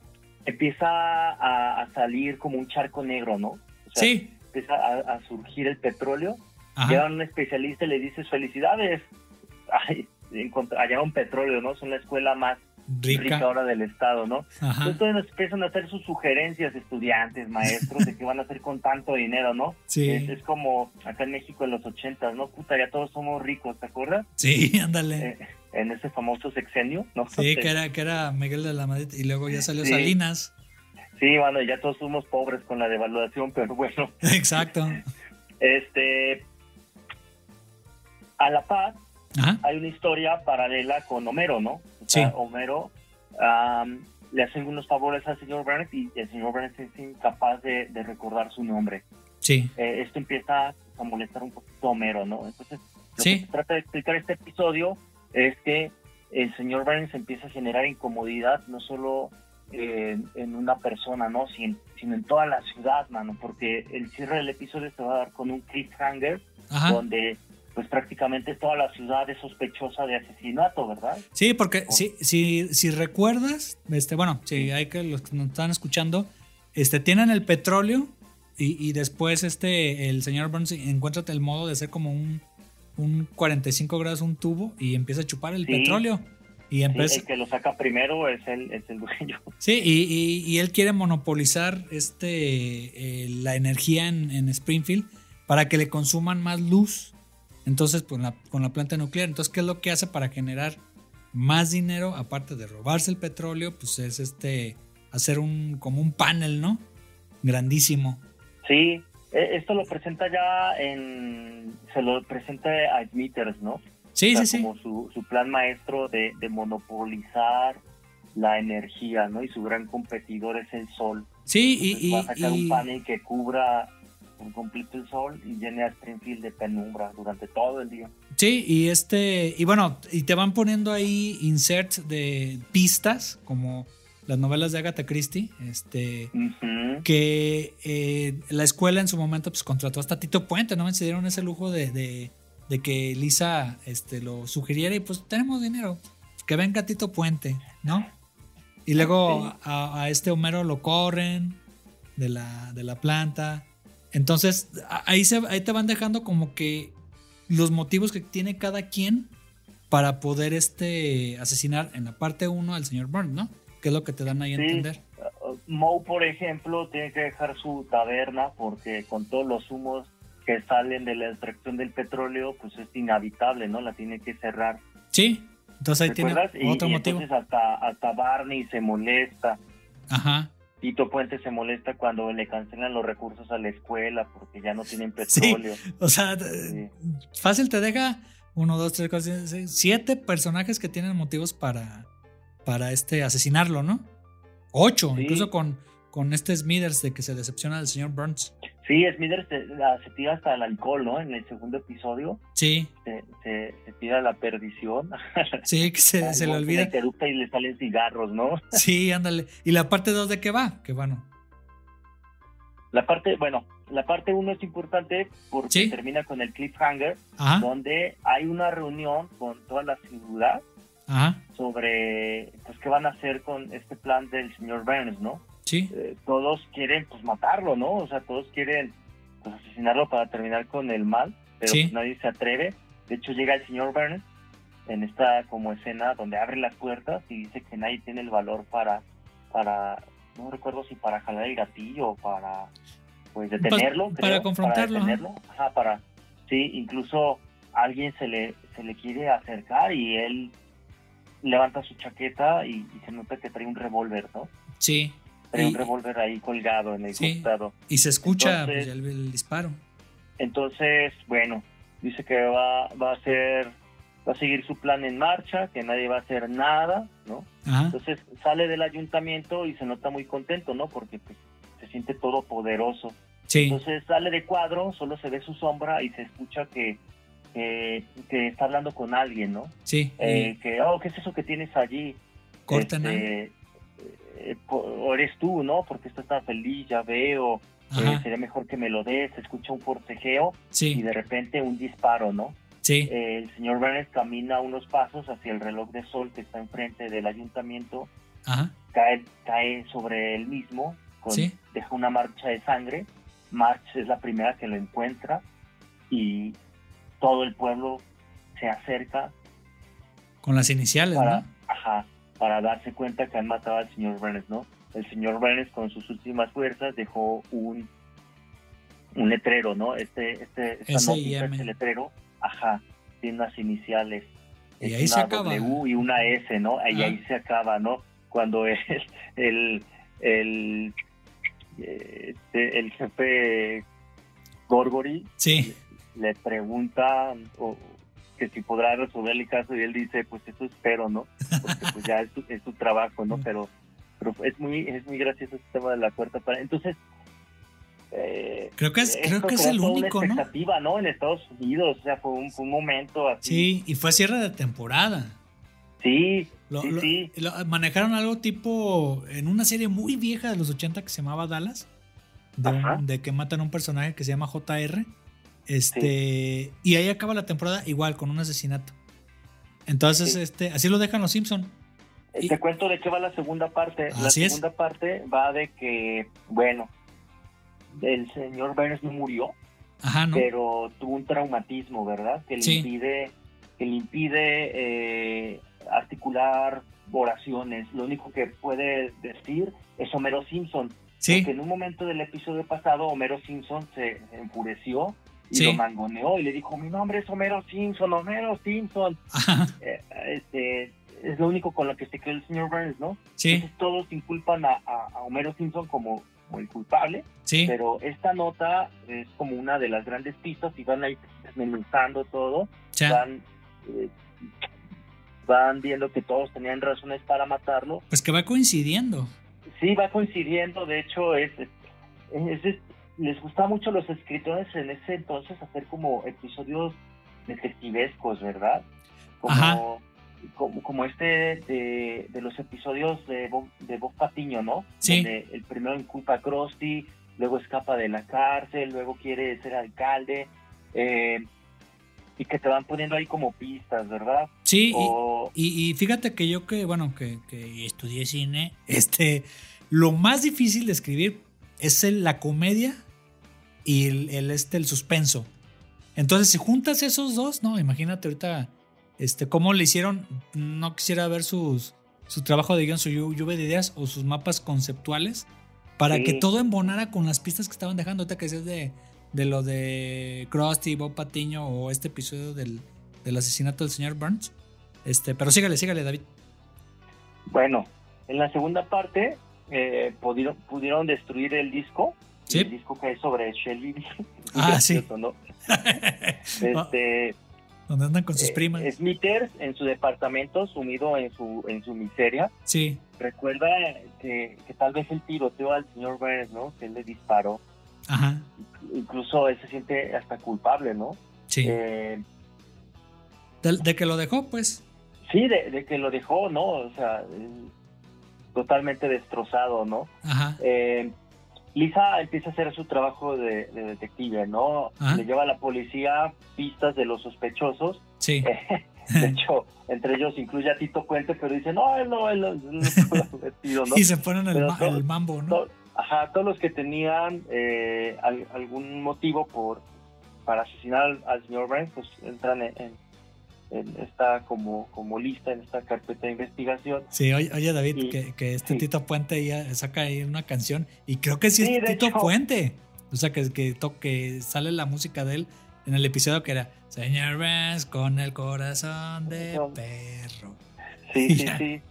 S3: empieza a, a salir como un charco negro, ¿no? O sea,
S2: Sí.
S3: Empieza a, a surgir el petróleo. Llega
S2: Ajá.
S3: un especialista y le dice: Felicidades. (laughs) Ay, encont- hallaron petróleo, ¿no? Son la escuela más rica
S2: Rica.
S3: ahora del Estado, ¿no?
S2: Ajá.
S3: Entonces nos empiezan a hacer sus sugerencias, estudiantes, maestros, de qué van a hacer con tanto dinero, ¿no? Es, este,
S2: Sí.
S3: es como acá en México en los ochentas, ¿no? Puta, ya todos somos ricos, ¿te acuerdas?
S2: Sí, ándale.
S3: Eh, en ese famoso sexenio, ¿no? Este,
S2: Sí, que era, que era Miguel de la Madrid. Y luego ya salió
S3: Sí.
S2: Salinas. (laughs)
S3: Sí, bueno, ya todos somos pobres con la devaluación, (laughs) pero bueno,
S2: Exacto.
S3: este... A la paz
S2: Ajá.
S3: hay una historia paralela con Homero, ¿no? O
S2: Sí.
S3: sea, Homero am, le hace algunos favores al señor Burns y el señor Burns es incapaz de, de recordar su nombre.
S2: Sí.
S3: Eh, esto empieza a molestar un poquito a Homero, ¿no? Entonces, lo
S2: Sí.
S3: que se trata de explicar este episodio es que el señor Burns empieza a generar incomodidad no solo eh, en, en una persona, ¿no? Sin- sino en toda la ciudad, mano, porque el cierre del episodio se va a dar con un cliffhanger
S2: Ajá.
S3: donde pues prácticamente toda la ciudad es sospechosa de asesinato, ¿verdad?
S2: Sí, porque si, si, si recuerdas, este, bueno, si hay que los que nos están escuchando, este, tienen el petróleo y, y después este, el señor Burns encuentra el modo de hacer como un, un 45 grados, un tubo y empieza a chupar el
S3: Sí.
S2: petróleo. Y
S3: Sí,
S2: empieza,
S3: el que lo saca primero es el, es el dueño. (laughs)
S2: Sí, y, y- y él quiere monopolizar este eh, la energía en, en Springfield para que le consuman más luz. Entonces, con la, con la planta nuclear. Entonces, ¿qué es lo que hace para generar más dinero? Aparte de robarse el petróleo, pues es este hacer un como un panel, ¿no? Grandísimo.
S3: Sí, e- esto lo presenta ya en... Se lo presenta a Smithers, ¿no?
S2: Sí,
S3: O sea,
S2: sí, sí.
S3: como su, su plan maestro de, de monopolizar la energía, ¿no? Y su gran competidor es el sol.
S2: Sí,
S3: Entonces
S2: y,
S3: pues, va a sacar
S2: y-
S3: un
S2: y-
S3: panel que cubra por completo el sol y llene a Springfield de penumbra durante todo el día.
S2: Sí, y este, y bueno, y te van poniendo ahí inserts de pistas, como las novelas de Agatha Christie, este,
S3: Ujú.
S2: que eh, la escuela en su momento pues contrató hasta Tito Puente, ¿no? Se dieron ese lujo de, de- de que Lisa este, lo sugiriera y pues tenemos dinero, que venga Tito Puente, ¿no?
S3: Ah,
S2: Y luego a, a este Homero lo corren de la, de la planta. Entonces a- ahí, se, ahí te van dejando como que los motivos que tiene cada quien para poder este, asesinar en la parte 1 al señor Burns, ¿no? Que es lo que te dan ahí a
S3: Sí.
S2: entender.
S3: Uh, Moe, por ejemplo, tiene que dejar su taberna porque con todos los humos que salen de la extracción del petróleo, pues es inhabitable, ¿no? La tiene que cerrar.
S2: Sí, entonces ahí tiene
S3: ¿Recuerdas? Y,
S2: otro
S3: y
S2: motivo.
S3: entonces hasta, hasta Barney se molesta.
S2: Ajá.
S3: Tito Puente se molesta cuando le cancelan los recursos a la escuela porque ya no tienen
S2: (laughs)
S3: petróleo.
S2: O sea, eh, fácil te deja uno, dos, tres, cuatro, cinco, seis, siete personajes que tienen motivos para, para este asesinarlo, ¿no? Ocho,
S3: Sí.
S2: incluso con, con este Smithers de que se decepciona del señor Burns.
S3: Sí, Smithers se, la- se tira hasta el alcohol, ¿no? En el segundo episodio
S2: Sí,
S3: se, se, se tira a la perdición.
S2: sí, que (laughs)
S3: (laughs)
S2: se, se le
S3: Luego
S2: olvida.
S3: interrupta y le salen cigarros, ¿no?
S2: Sí, ándale. ¿Y la parte dos de qué va? Que bueno.
S3: La parte, bueno, la parte uno es importante porque
S2: Sí. Ah.
S3: termina con el cliffhanger,
S2: Ajá,
S3: donde hay una reunión con toda la ciudad
S2: ajá,
S3: sobre pues qué van a hacer con este plan del señor Burns, ¿no?
S2: sí.
S3: Eh, todos quieren pues matarlo, ¿no? O sea, todos quieren pues, asesinarlo para terminar con el mal, pero
S2: Sí.
S3: pues, nadie se atreve. De hecho llega el señor Burns en esta como escena donde abre las puertas y dice que nadie tiene el valor para para no recuerdo si para jalar el gatillo o para pues detenerlo,
S2: Pues,
S3: creo,
S2: para confrontarlo, ajá.
S3: detenerlo. Ajá, para sí, incluso alguien se le se le quiere acercar y él levanta su chaqueta y, y se nota que trae un revólver, ¿no?
S2: Sí,
S3: Trae
S2: Y-
S3: un revólver ahí colgado en el
S2: Sí.
S3: costado.
S2: Y se escucha pues,
S3: Entonces-
S2: ya el, el disparo.
S3: Entonces, bueno, dice que va, va a ser, va a seguir su plan en marcha, que nadie va a hacer nada, ¿no?
S2: Ajá.
S3: Entonces sale del ayuntamiento y se nota muy contento, ¿no? Porque pues, se siente todopoderoso.
S2: Sí.
S3: Entonces sale de cuadro, solo se ve su sombra y se escucha que, que, que está hablando con alguien, ¿no?
S2: Sí.
S3: Eh,
S2: y
S3: que, oh, ¿qué es eso que tienes allí?
S2: cortan algo.
S3: Este, eh, po- o eres tú, ¿no? Porque estás tan feliz, ya veo, eh,
S2: Ajá.
S3: sería mejor que me lo des, se escucha un forcejeo y
S2: Sí.
S3: de repente un disparo, ¿no?
S2: Sí.
S3: Eh, el señor Bernard camina unos pasos hacia el reloj de sol que está enfrente del ayuntamiento,
S2: Ajá.
S3: cae, cae sobre él mismo, con-
S2: Sí.
S3: deja una marcha de sangre, March es la primera que lo encuentra y todo el pueblo se acerca
S2: Con las iniciales,
S3: para,
S2: ¿no?
S3: ajá, para darse cuenta que han matado al señor Bernes, ¿no? El señor Bernes con sus últimas fuerzas dejó un un letrero, ¿no? Este, este, esta
S2: S.I.M..
S3: notita, este letrero, ajá, tiene unas iniciales.
S2: Y
S3: es
S2: ahí
S3: una
S2: se acaba.
S3: W y una S, ¿no? Y
S2: Ah.
S3: ahí se acaba, ¿no? Cuando el, el, el, eh, este, el jefe Gorgory
S2: Sí.
S3: le pregunta o, que si podrá resolver el caso y él dice, pues eso espero, ¿no? Porque pues ya es su, es su trabajo, ¿no? Pero, pero es muy es muy gracioso este tema de la cuarta pared. Entonces, eh,
S2: Creo que es, Pues, creo
S3: esto
S2: que es
S3: creó
S2: el
S3: toda
S2: único,
S3: una
S2: ¿no?
S3: expectativa, ¿no? En Estados Unidos, o sea, fue un, fue un momento
S2: Sí.
S3: así.
S2: Y fue cierre de temporada.
S3: Sí,
S2: Lo-
S3: sí,
S2: lo-
S3: sí.
S2: lo- manejaron algo tipo en una serie muy vieja de los 80 que se llamaba Dallas, de, un-
S3: Ajá.
S2: de que matan a un personaje que se llama JR. Este, Y ahí acaba la temporada igual, con un asesinato. Entonces,
S3: Sí.
S2: este, así lo dejan los Simpson. Y-
S3: eh, Te cuento de qué va la segunda parte. la
S2: Así es.
S3: segunda parte va de que, bueno, el señor Burns no murió,
S2: Ajá, ¿no?
S3: pero tuvo un traumatismo, ¿verdad? Que le
S2: Sí.
S3: impide, que le impide eh, articular oraciones. Lo único que puede decir es Homero Simpson.
S2: sí,
S3: Porque en un momento del episodio pasado, Homero Simpson se enfureció y
S2: Sí.
S3: lo mangoneó y le dijo, mi nombre es Homero Simpson, Homero Simpson.
S2: ajá,
S3: Eh, este, es lo único con lo que se quedó el señor Burns, ¿no?
S2: sí,
S3: Entonces todos inculpan a, a- a Homero Simpson como- como el culpable
S2: sí,
S3: pero esta nota es como una de las grandes pistas y van ahí desmenuzando todo,
S2: ya.
S3: van, eh, van viendo que todos tenían razones para matarlo.
S2: Pues que va coincidiendo.
S3: Sí, va coincidiendo, de hecho, es, es- es- les gusta mucho a los escritores en ese entonces hacer como episodios detectivescos, ¿verdad? Como,
S2: Ajá.
S3: como, como este de, de los episodios de Bob, de Bob Patiño, ¿no?
S2: Sí.
S3: Donde el primero inculpa a Krusty, luego escapa de la cárcel, luego quiere ser alcalde, eh, y que te van poniendo ahí como pistas, ¿verdad?
S2: Sí, y-
S3: O-
S2: Y, y fíjate que yo que, bueno, que, que estudié cine, (laughs) este, lo más difícil de escribir es el- la comedia y el, el, este, el suspenso. Entonces, si juntas esos dos, no, imagínate ahorita, este, cómo le hicieron, no quisiera ver sus, su trabajo de guión, su llu- lluvia de ideas o sus mapas conceptuales para
S3: Sí.
S2: que todo embonara con las pistas que estaban dejando. Ahorita que decías de, de lo de Krusty, Bob Patiño o este episodio del, del asesinato del señor Burns. Este, pero sígale, sígale, David.
S3: Bueno, en la segunda parte eh, pudieron, pudieron destruir el disco.
S2: Sí.
S3: El disco que es sobre Shelby.
S2: (laughs) Ah, sí.
S3: Gracioso, ¿no? Este,
S2: Donde andan con sus
S3: eh,
S2: primas.
S3: Smithers en su departamento, sumido en su, en su miseria,
S2: sí,
S3: recuerda que, que tal vez el tiroteo al señor Burns, ¿no? Que él le disparó.
S2: ajá,
S3: Incluso él se siente hasta culpable, ¿no?
S2: sí.
S3: Eh,
S2: de, de que lo dejó, pues.
S3: sí, de, de que lo dejó, ¿no? O sea, eh, totalmente destrozado, ¿no?
S2: Ajá,
S3: Eh, Lisa empieza a hacer su trabajo de, de detective, ¿no?
S2: Ajá.
S3: Le lleva a la policía pistas de los sospechosos.
S2: sí.
S3: Eh, De hecho, entre ellos incluye a Tito Puente, pero dice, no, él no, él no, él no pudo haber sido", ¿no?
S2: Y se ponen el,
S3: Pero
S2: ma-
S3: todo-
S2: el mambo, ¿no?
S3: To- Ajá, todos los que tenían eh, al- algún motivo por para asesinar al, al señor Burns, pues entran en, en- en esta como, como lista, en esta carpeta de investigación.
S2: Sí, oye, oye, David,
S3: Y-
S2: que, que este
S3: sí.
S2: Tito Puente ya saca ahí una canción y creo que sí,
S3: Sí,
S2: es
S3: de
S2: Tito
S3: hecho.
S2: Puente. O sea, que, que, to- que sale la música de él en el episodio que era Señor Burns con el corazón de
S3: Corazón.
S2: perro.
S3: Sí, sí,
S2: Ya.
S3: sí.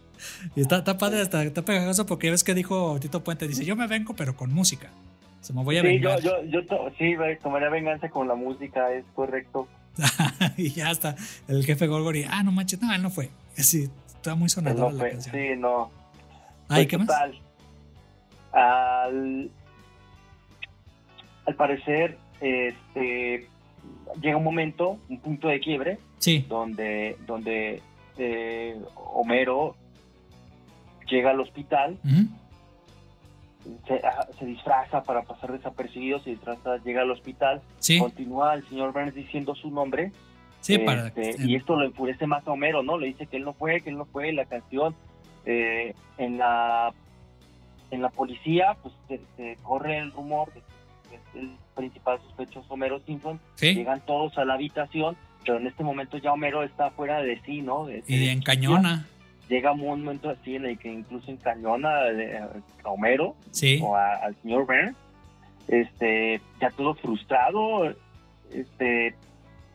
S2: Y está, está padre, está, está pegajoso porque ya ves que dijo Tito Puente, dice, yo me vengo pero con música. Se me voy a
S3: Sí, yo,
S2: vengar.
S3: yo, yo to- sí, güey, tomaría venganza con la música, es correcto.
S2: (laughs) y ya está. El jefe Gorgori, ah, no manches, no, él no fue. Sí, está muy
S3: Pues no
S2: sonadora la
S3: fue-
S2: canción.
S3: sí, no.
S2: Ay,
S3: Pues,
S2: ¿qué más?
S3: total, Al, al parecer, este, llega un momento, un punto de quiebre,
S2: Sí,
S3: donde, donde eh, Homero llega al hospital,
S2: ujú,
S3: se, ah, se disfraza para pasar desapercibido, se disfraza, llega al hospital,
S2: sí,
S3: continúa el señor Burns diciendo su nombre,
S2: sí, para...
S3: este, y esto lo enfurece más a Homero, ¿no? Le dice que él no fue, que él no fue, y la canción eh, en la en la policía, pues se, se corre el rumor de que es el principal sospechoso Homero Simpson,
S2: sí,
S3: llegan todos a la habitación, pero en este momento ya Homero está fuera de sí, ¿no? De-
S2: y
S3: de-
S2: en cañona,
S3: Llega un momento así en el que incluso encañona eh, a Homero,
S2: sí.
S3: o a- al señor Burns, este, ya todo frustrado, este,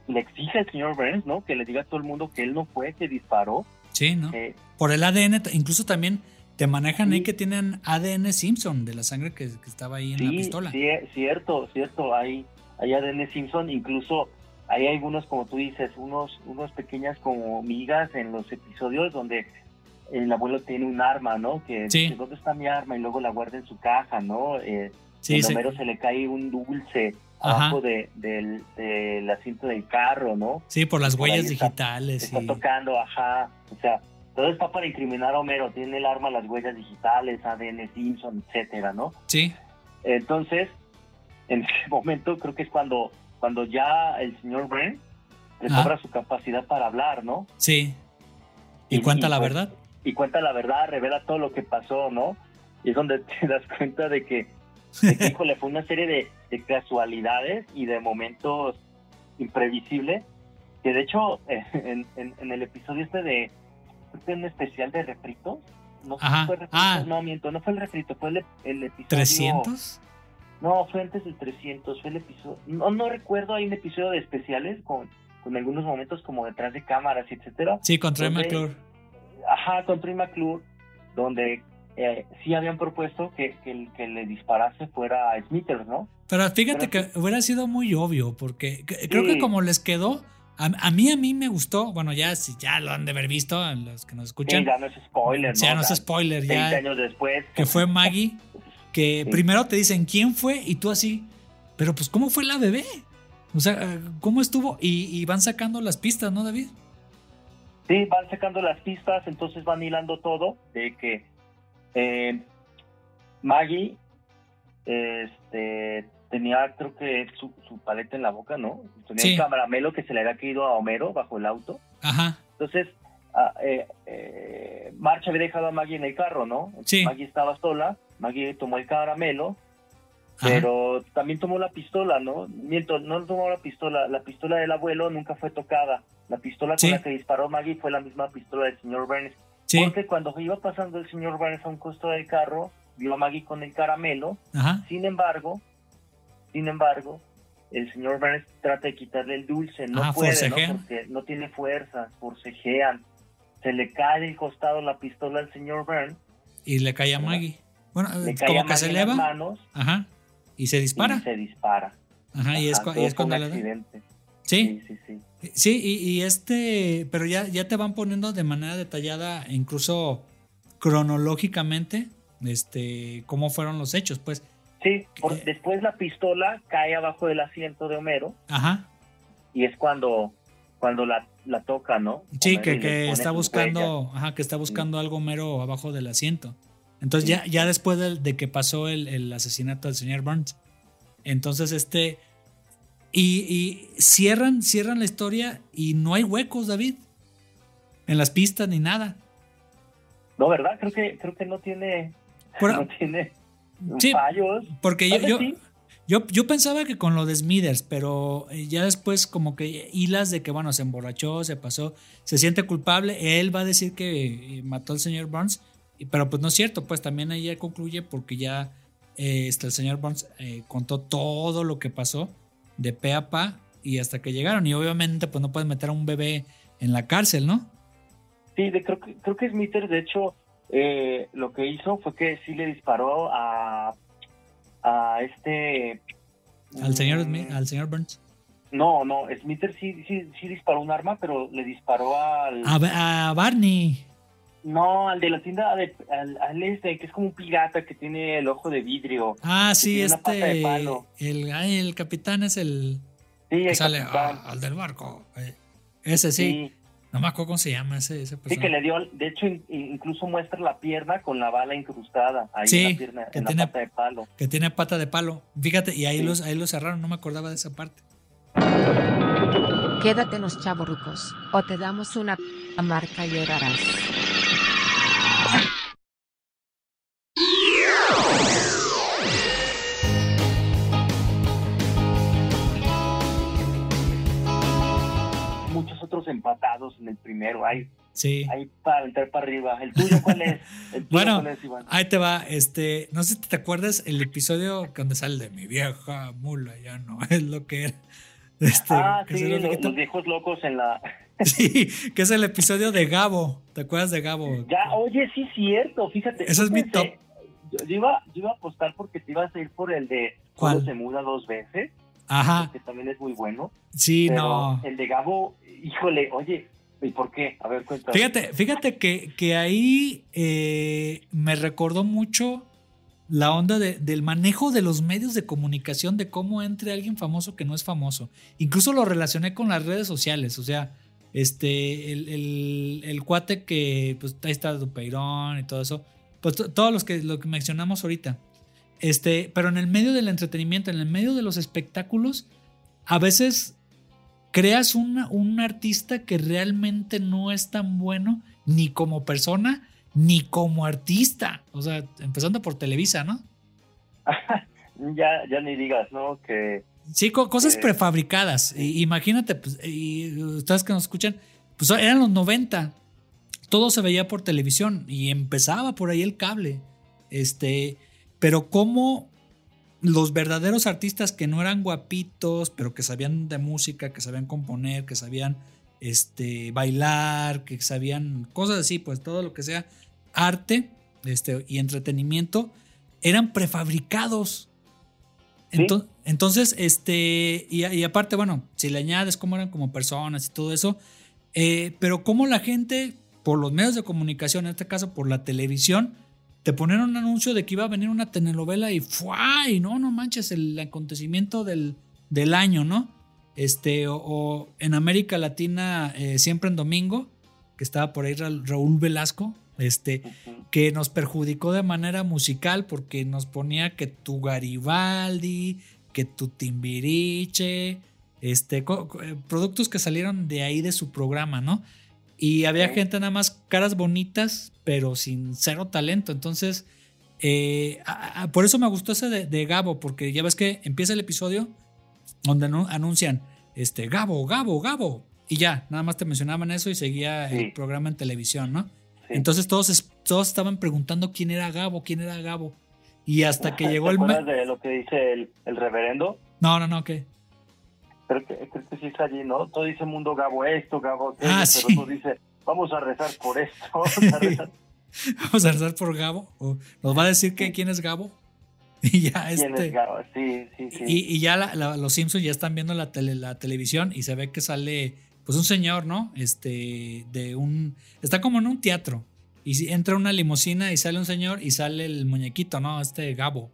S3: le exige al señor Burns, ¿no? Que le diga a todo el mundo que él no fue, que disparó.
S2: Sí, ¿no?
S3: eh,
S2: Por el ADN, t- incluso también te manejan ahí
S3: Sí.
S2: que tienen ADN Simpson de la sangre que, que estaba ahí en la
S3: sí,
S2: pistola.
S3: sí, eh, cierto, cierto, hay, hay ADN Simpson, incluso hay algunos, como tú dices, unos, unos pequeñas como migas en los episodios donde el abuelo tiene un arma, ¿no? Que
S2: Sí.
S3: dice, ¿dónde está mi arma? Y luego la guarda en su caja, ¿no? Eh,
S2: Sí,
S3: en
S2: se-
S3: Homero se le cae un dulce
S2: Ajá.
S3: abajo de, del, del asiento del carro, ¿no?
S2: sí, por las
S3: por ahí
S2: huellas
S3: está-
S2: digitales.
S3: Está
S2: y-
S3: tocando, ajá. O sea, todo está para incriminar a Homero. Tiene el arma, las huellas digitales, ADN Simpson, etcétera, ¿no?
S2: sí,
S3: Entonces, en ese (laughs) momento creo que es cuando, cuando ya el señor Brent recobra su capacidad para hablar, ¿no?
S2: sí. ¿Y
S3: Y-
S2: cuenta
S3: y
S2: la
S3: pues-
S2: verdad?
S3: Y cuenta la verdad, revela todo lo que pasó, ¿no? Y es donde (laughs) te das cuenta
S2: (laughs)
S3: de que, de que, híjole, fue una serie de, de casualidades y de momentos imprevisibles. Que de hecho, (laughs) en, en- en el episodio este de. creo que en un especial de refritos. No sé si
S2: Ajá.
S3: fue refritos,
S2: Ah.
S3: no miento, no fue el refrito, fue el, el episodio.
S2: ¿300?
S3: No, fue antes del 300, fue el episodio. No, no recuerdo, hay un episodio de especiales con, con algunos momentos como detrás de cámaras y etcétera.
S2: Sí, contra Emma
S3: Ok.
S2: McClure.
S3: eh, Ajá, con Troy McClure, donde eh, sí habían propuesto que, que el que le disparase fuera a Smithers, ¿no?
S2: Pero fíjate
S3: Pero-
S2: que hubiera sido muy obvio, porque c- creo que
S3: Sí.
S2: como les quedó, a, a mí a mí me gustó, bueno, ya si ya lo han de haber visto, a los que nos
S3: Sí,
S2: escuchan,
S3: ya no es spoiler, ¿no?
S2: ya no es
S3: O sea,
S2: spoiler,
S3: 20
S2: ya
S3: años después.
S2: que fue Maggie, que
S3: Sí.
S2: primero te dicen quién fue y tú así, pero pues ¿cómo fue la bebé? O sea, ¿cómo estuvo? Y, y van sacando las pistas, ¿no, David?
S3: Sí, van sacando las pistas, entonces van hilando todo de que eh, Maggie este, tenía, creo que su, su paleta en la boca, ¿no? Tenía
S2: Sí.
S3: un camaramelo que se le había caído a Homero bajo el auto.
S2: Ajá,
S3: Entonces, a- eh, eh, March había dejado a Maggie en el carro, ¿no?
S2: Sí.
S3: Maggie estaba sola, Maggie tomó el caramelo,
S2: ajá.
S3: pero también tomó la pistola, ¿no? Mientras no tomó la pistola, la pistola del abuelo nunca fue tocada. La pistola
S2: Sí.
S3: con la que disparó Maggie fue la misma pistola del señor Burns.
S2: sí,
S3: Porque cuando iba pasando el señor Burns a un costo del carro, vio a Maggie con el caramelo.
S2: ajá.
S3: Sin embargo, sin embargo, el señor Burns trata de quitarle el dulce. No
S2: Ah,
S3: puede,
S2: forcejean.
S3: ¿no? Porque no tiene fuerza, forcejean. Se le cae del costado la pistola al señor Burns.
S2: Y le cae a Maggie. Bueno,
S3: Le
S2: eh,
S3: cae a
S2: como que
S3: Maggie
S2: se
S3: en las
S2: eleva,
S3: manos
S2: ajá, y se
S3: y
S2: dispara.
S3: se dispara.
S2: Ajá, Ah, y es,
S3: Ajá,
S2: cu- y
S3: todo
S2: es
S3: fue un
S2: cuando le da.
S3: accidente.
S2: Sí,
S3: Sí, sí, sí.
S2: Sí, y, y este, pero ya, ya te van poniendo de manera detallada, incluso cronológicamente, este, cómo fueron los hechos, pues.
S3: Sí, por-
S2: Eh.
S3: después la pistola cae abajo del asiento de Homero
S2: Ajá.
S3: y es cuando, cuando la, la toca, ¿no?
S2: Sí,
S3: Homero y
S2: que,
S3: le
S2: que
S3: pone
S2: está
S3: sus huellas.
S2: buscando, ajá, que está
S3: Mm.
S2: buscando algo mero abajo del asiento. Entonces, ya, ya después del- de, que pasó el, el asesinato del señor Burns. Entonces, este. Y, y cierran, cierran la historia y no hay huecos, David. En las pistas ni nada.
S3: No, ¿verdad? Creo que, creo que no tiene, (laughs)
S2: Por-
S3: no tiene
S2: sí,
S3: fallos.
S2: Porque yo,
S3: Tal vez
S2: yo,
S3: sí.
S2: yo, yo pensaba que con lo de Smithers, pero eh, ya después como que hilas de que, bueno, se emborrachó, se pasó, se siente culpable, él va a decir que eh, mató al señor Burns, y- pero pues no es cierto, pues también ahí ya concluye porque ya eh, este, el señor Burns eh, contó todo lo que pasó de pe a pa y hasta que llegaron, y obviamente pues no puedes meter a un bebé en la cárcel, ¿no?
S3: Sí, de, creo, que, creo que Smithers, de hecho, eh, lo que hizo fue que sí le disparó a, a este...
S2: Al señor,
S3: mm,
S2: Smith- al señor Burns.
S3: No, no, Smithers sí, sí, sí disparó un arma, pero le disparó al...
S2: A, Ba- a Barney.
S3: No, al de la tienda, de- al, al este, que es como un pirata que tiene el ojo de vidrio.
S2: Ah, sí,
S3: tiene una pata de
S2: este.
S3: palo.
S2: El, ay, el capitán es el.
S3: Sí,
S2: que
S3: el
S2: sale
S3: capitán.
S2: ah, al del barco. Eh, Ese sí.
S3: sí.
S2: No me acuerdo cómo se llama ese, ese
S3: Sí, que
S2: personaje.
S3: le dio, de hecho, in- incluso muestra la pierna con la bala incrustada ahí
S2: Sí,
S3: en la pierna,
S2: que
S3: en la
S2: tiene-
S3: pata de palo.
S2: que, tiene pata de palo. Fíjate, y ahí,
S3: Sí.
S2: los, ahí los cerraron, no me acordaba de esa parte.
S4: Quédate los chavorrucos, o te damos una p- marca y llorarás.
S3: Muchos otros empatados en el primero, ahí,
S2: Sí.
S3: ahí para entrar para arriba. ¿El tuyo
S2: (laughs)
S3: cuál es? ¿El tuyo
S2: Bueno, ah,
S3: cuál es, Iván?
S2: Ahí te va, este, no sé si te acuerdas el episodio donde sale de mi vieja mula, ya no (laughs) es lo que era. Este,
S3: ah,
S2: que
S3: sí,
S2: se lo
S3: lo- los,
S2: quitó.
S3: viejos locos en la...
S2: (laughs) Sí, que es el episodio de Gabo. ¿Te acuerdas de Gabo?
S3: Ya, oye, sí, cierto, fíjate.
S2: Ese
S3: yo
S2: es mi
S3: pensé-
S2: top.
S3: Yo, yo iba, yo iba a apostar porque te ibas a ir por el de...
S2: ¿Cuál?
S3: Cuando se muda dos veces,
S2: Ajá,
S3: que también es muy bueno.
S2: sí,
S3: pero
S2: no.
S3: el de Gabo, híjole, oye, ¿y por qué? A ver, cuéntame.
S2: Fíjate, fíjate que, que ahí eh, me recordó mucho la onda de- del manejo de los medios de comunicación, de cómo entre alguien famoso que no es famoso. Incluso lo relacioné con las redes sociales, o sea, este, el, el- el cuate que, pues ahí está Dupeirón y todo eso, pues to- todos los que, lo que mencionamos ahorita. Este, pero en el medio del entretenimiento, en el medio de los espectáculos, a veces creas una- un artista que realmente no es tan bueno ni como persona ni como artista. O sea, empezando por Televisa, ¿no?
S3: Ya, ya ni digas, ¿no? Que
S2: Sí, co- cosas
S3: Eh,
S2: prefabricadas. I- imagínate, pues, y ustedes que nos escuchan, pues eran los 90. Todo se veía por televisión y empezaba por ahí el cable. Este, pero como los verdaderos artistas que no eran guapitos, pero que sabían de música, que sabían componer, que sabían este, bailar, que sabían cosas así, pues todo lo que sea arte este, y entretenimiento, eran prefabricados.
S3: Sí.
S2: Ento- Entonces, este, y, a- y aparte, bueno, si le añades cómo eran como personas y todo eso, eh, pero cómo la gente, por los medios de comunicación, en este caso por la televisión, te ponían un anuncio de que iba a venir una telenovela y ¡fua! Y no, no manches, el acontecimiento del, del año, ¿no? Este, o, o en América Latina, eh, siempre en domingo, que estaba por ahí Ra- Raúl Velasco, este,
S3: ujú,
S2: que nos perjudicó de manera musical porque nos ponía que tu Garibaldi, que tu Timbiriche, este, co- co- eh, productos que salieron de ahí de su programa, ¿no? Y había
S3: Sí.
S2: gente nada más caras bonitas, pero sin cero talento. Entonces, eh, a- a- por eso me gustó ese de, de Gabo, porque ya ves que empieza el episodio donde anu- anuncian, este, Gabo, Gabo, Gabo. Y ya, nada más te mencionaban eso y seguía
S3: Sí.
S2: el programa en televisión, ¿no?
S3: sí.
S2: Entonces todos, es- todos estaban preguntando quién era Gabo, quién era Gabo. Y hasta que llegó
S3: (laughs) ¿Te
S2: el...
S3: acuerdas
S2: me-
S3: de lo que dice el, el reverendo?
S2: No, no, no, ¿qué? (laughs)
S3: Creo que, creo que sí está allí, ¿no? Todo dice mundo Gabo esto, Gabo aquello,
S2: Ah,
S3: pero
S2: sí.
S3: otro dice, vamos a rezar por esto. (laughs) vamos
S2: (laughs)
S3: a rezar
S2: Vamos a rezar por Gabo. ¿O nos va a decir que, quién es Gabo. (laughs) Y ya
S3: ¿Quién es
S2: este...
S3: Gabo? Sí, sí, sí.
S2: Y, y ya la- la- los Simpsons ya están viendo la, tele- la televisión y se ve que sale pues un señor, ¿no? Este, de un... Está como en un teatro. Y si- entra una limusina y sale un señor y sale el muñequito, ¿no? Este Gabo.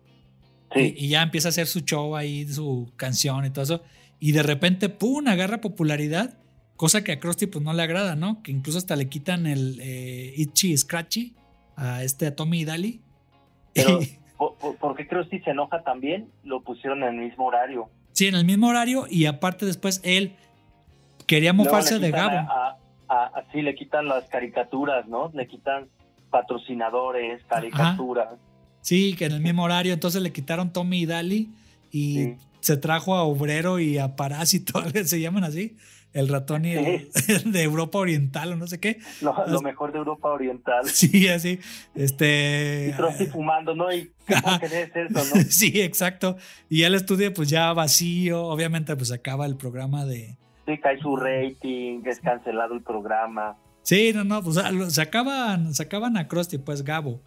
S3: sí.
S2: Y, y ya empieza a hacer su show ahí, su canción y todo eso. Y de repente, ¡pum!, agarra popularidad, cosa que a Krusty pues no le agrada, ¿no? Que incluso hasta le quitan el eh, Itchy y Scratchy a este a Tommy y Daly. (laughs)
S3: Pero- ¿Por, por, por qué creo que si se enoja también? Lo pusieron en el mismo horario.
S2: sí, en el mismo horario y aparte después él quería
S3: Luego
S2: mofarse
S3: le
S2: de
S3: quitan
S2: Gabo.
S3: A, a- a- sí, le quitan las caricaturas, ¿no? Le quitan patrocinadores, caricaturas.
S2: Sí, que en el mismo horario. Entonces le quitaron Tommy y Daly y
S3: Sí.
S2: se trajo a Obrero y (laughs) a Parásito, se llaman así. El ratón y el- (laughs) de Europa Oriental o no sé qué.
S3: Lo, lo mejor de Europa Oriental.
S2: Sí, así.
S3: Y
S2: Este.
S3: Krusty fumando, ¿no? ¿Y qué
S2: Ajá.
S3: porquería es eso, no?
S2: (laughs) Sí, exacto. Y ya el estudio, pues ya vacío. Obviamente, pues acaba el programa de.
S3: Sí, cae su rating, es cancelado el programa.
S2: Sí, no, no, pues lo- sacaban, sacaban a Krusty, pues Gabo.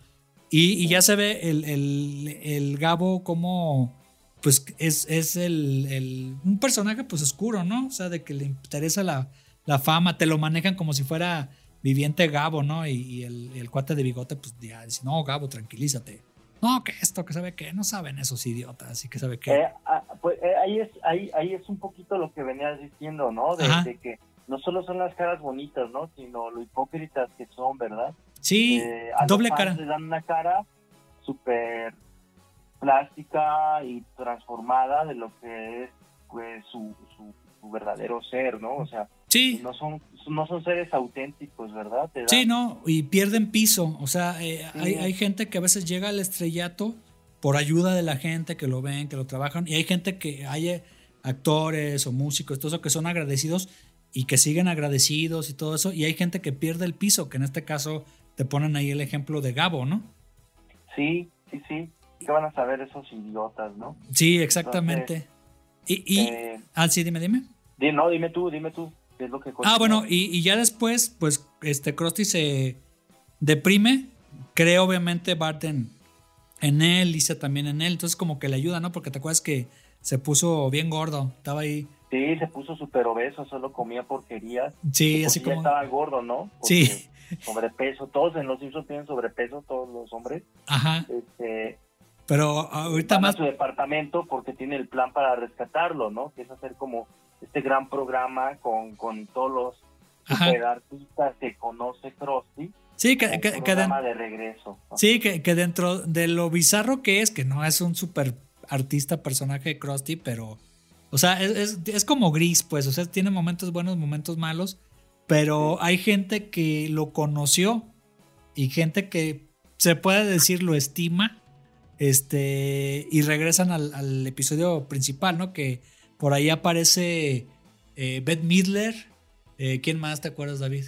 S2: Y, y ya se ve el, el- el Gabo como, pues es, es el, el- un personaje pues oscuro, ¿no? O sea, de que le interesa la, la fama, te lo manejan como si fuera viviente Gabo, ¿no? Y, y el, el cuate de bigote pues ya dice, no, Gabo, tranquilízate. No, que esto, que sabe que no saben esos idiotas y que sabe que...
S3: Eh, ah, pues, eh, ahí, es, ahí, ahí es un poquito lo que venías diciendo, ¿no? De,
S2: Ajá.
S3: de que no solo son las caras bonitas, ¿no? Sino lo hipócritas que son, ¿verdad?
S2: sí,
S3: Eh, a los
S2: doble
S3: fans
S2: cara.
S3: Le dan una cara súper plástica y transformada de lo que es pues su, su, su verdadero ser, ¿no? O sea,
S2: Sí,
S3: no son no son seres auténticos, ¿verdad? Te dan-
S2: Sí, no, y pierden piso. O sea, eh, hay,
S3: Sí.
S2: hay gente que a veces llega al estrellato por ayuda de la gente que lo ven, que lo trabajan. Y hay gente que hay eh, actores o músicos, todo eso, que son agradecidos y que siguen agradecidos y todo eso. Y hay gente que pierde el piso, que en este caso te ponen ahí el ejemplo de Gabo, ¿no?
S3: Sí, sí, sí. ¿Qué van a saber esos idiotas, no?
S2: Sí, exactamente. Y, y
S3: Eh,
S2: ah, sí, dime, dime.
S3: di- no, dime tú, dime tú. ¿Qué es lo que
S2: Ah, bueno, y, y ya después, pues, este Krusty se deprime, cree obviamente Bart en, en él, Lisa también en él, entonces como que le ayuda, ¿no? Porque te acuerdas que se puso bien gordo, estaba ahí,
S3: Sí, se puso súper obeso, solo comía porquerías.
S2: sí,
S3: Porque
S2: así
S3: ya
S2: como...
S3: estaba gordo, ¿no? Porque
S2: Sí,
S3: Sobrepeso, todos en los Simpsons tienen sobrepeso, todos los hombres.
S2: ajá,
S3: Este,
S2: pero ahorita
S3: van a
S2: más...
S3: su departamento porque tiene el plan para rescatarlo, ¿no? Que es hacer como este gran programa con, con todos los
S2: Ajá.
S3: superartistas que conoce Krusty.
S2: Sí, que,
S3: Un
S2: que- que den-
S3: programa de regreso. ¿no?
S2: sí, que- que dentro de lo bizarro que es, que no es un super artista personaje de Krusty, pero... O sea, es, es- es como gris, pues, o sea, tiene momentos buenos, momentos malos, pero hay gente que lo conoció y gente que se puede decir lo estima, este, y regresan al, al episodio principal, ¿no? Que por ahí aparece eh, Beth Midler, eh, ¿quién más te acuerdas, David?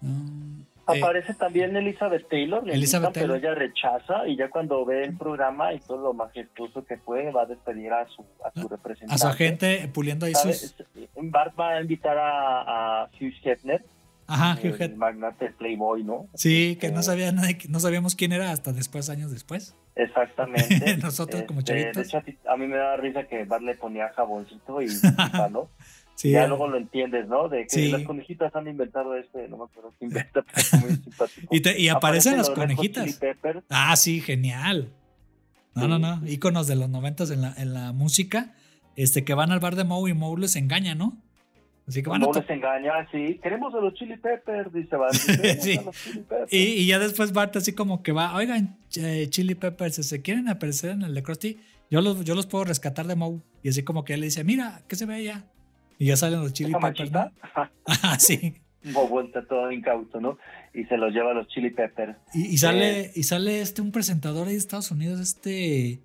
S2: Mm, eh,
S3: Aparece también Elizabeth Taylor, le
S2: Elizabeth
S3: invitan, pero
S2: Taylor.
S3: ella rechaza y ya cuando ve el programa y todo lo majestuoso que fue, va a despedir a su, a su representante.
S2: a su agente puliendo ahí
S3: ¿Sabe?
S2: sus...
S3: Bart va a invitar a, a Hugh Hefner,
S2: Ajá, Ah,
S3: el
S2: Hugh Hefner.
S3: magnate Playboy, ¿no?
S2: (laughs) Sí, que no
S3: Eh,
S2: sabía nadie, que no sabíamos quién era hasta después, años después.
S3: Exactamente.
S2: Nosotros como
S3: Este,
S2: chavitos.
S3: De hecho, a, ti- a mí me da risa que Bart le ponía
S2: (laughs)
S3: jaboncito y ¿no?
S2: Sí, eh.
S3: ya luego lo entiendes, ¿no? De que
S2: Sí.
S3: las conejitas han inventado este, no me acuerdo
S2: (laughs)
S3: qué inventa, pero es muy simpático.
S2: y, te- y aparecen las
S3: los Red Hot
S2: conejitas.
S3: Chili Peppers,
S2: Ah, sí, genial. No,
S3: Sí.
S2: no, no. Íconos de los noventas en la, en la música. Este que van al bar de Moe y Moe les engaña, ¿no? Así que van a
S3: no
S2: to-
S3: les engaña, sí. Queremos a los Chili Peppers,
S2: (laughs)
S3: dice Bart.
S2: Sí.
S3: Sí.
S2: y, y ya después Bart así como que va, oigan, eh, Chili Peppers, si se quieren aparecer en el de Krusty, yo los, yo los puedo rescatar de Moe. Y así como que él le dice, mira, que se ve allá. Y ya salen los Chili
S3: ¿Esa
S2: Peppers. ¿no? (laughs) Ah, sí.
S3: vuelta todo incauto, ¿no? Y se los lleva a los Chili Peppers.
S2: Y, y sale, y sale este un presentador ahí de Estados Unidos, este.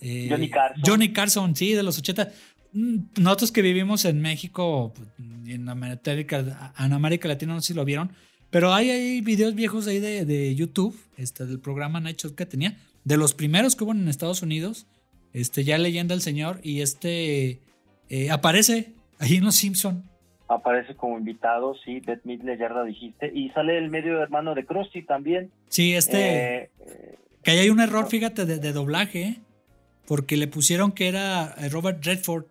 S2: eh,
S3: Johnny Carson.
S2: Johnny Carson, sí, de los 80. Mm, Nosotros que vivimos en México y en América, en América Latina, no sé si lo vieron, pero hay, hay videos viejos ahí de, de YouTube, este, del programa Nacho que tenía, de los primeros que hubo en Estados Unidos, este, ya leyenda el señor, y este eh, aparece ahí en Los Simpson
S3: Aparece como invitado, sí, Beth Midler, ya lo dijiste. Y sale el medio hermano de Krusty también.
S2: Sí, este.
S3: Eh, eh,
S2: Que ahí hay un error, fíjate, de, de doblaje, ¿eh? porque le pusieron que era eh, Robert Redford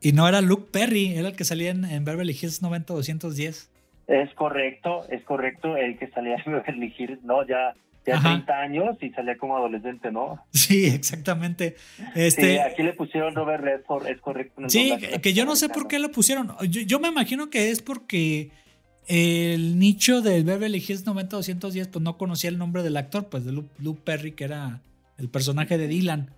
S2: y no era Luke Perry, era el que salía en, en Beverly Hills 90210.
S3: es correcto, es correcto. El que salía (laughs) de Beverly Hills, ¿no? Ya, ya
S2: Ajá.
S3: 30 años y salía como adolescente, ¿no?
S2: (laughs) Sí, exactamente.
S3: sí,
S2: Este,
S3: aquí le pusieron Robert Redford, es correcto. en el
S2: sí,
S3: doblaje
S2: que, que yo no sé por
S3: latinoamericano.
S2: qué lo pusieron. Yo, yo me imagino que es porque el nicho del Beverly Hills 90210 pues no conocía el nombre del actor, pues de Luke, Luke Perry, que era el personaje de Dylan.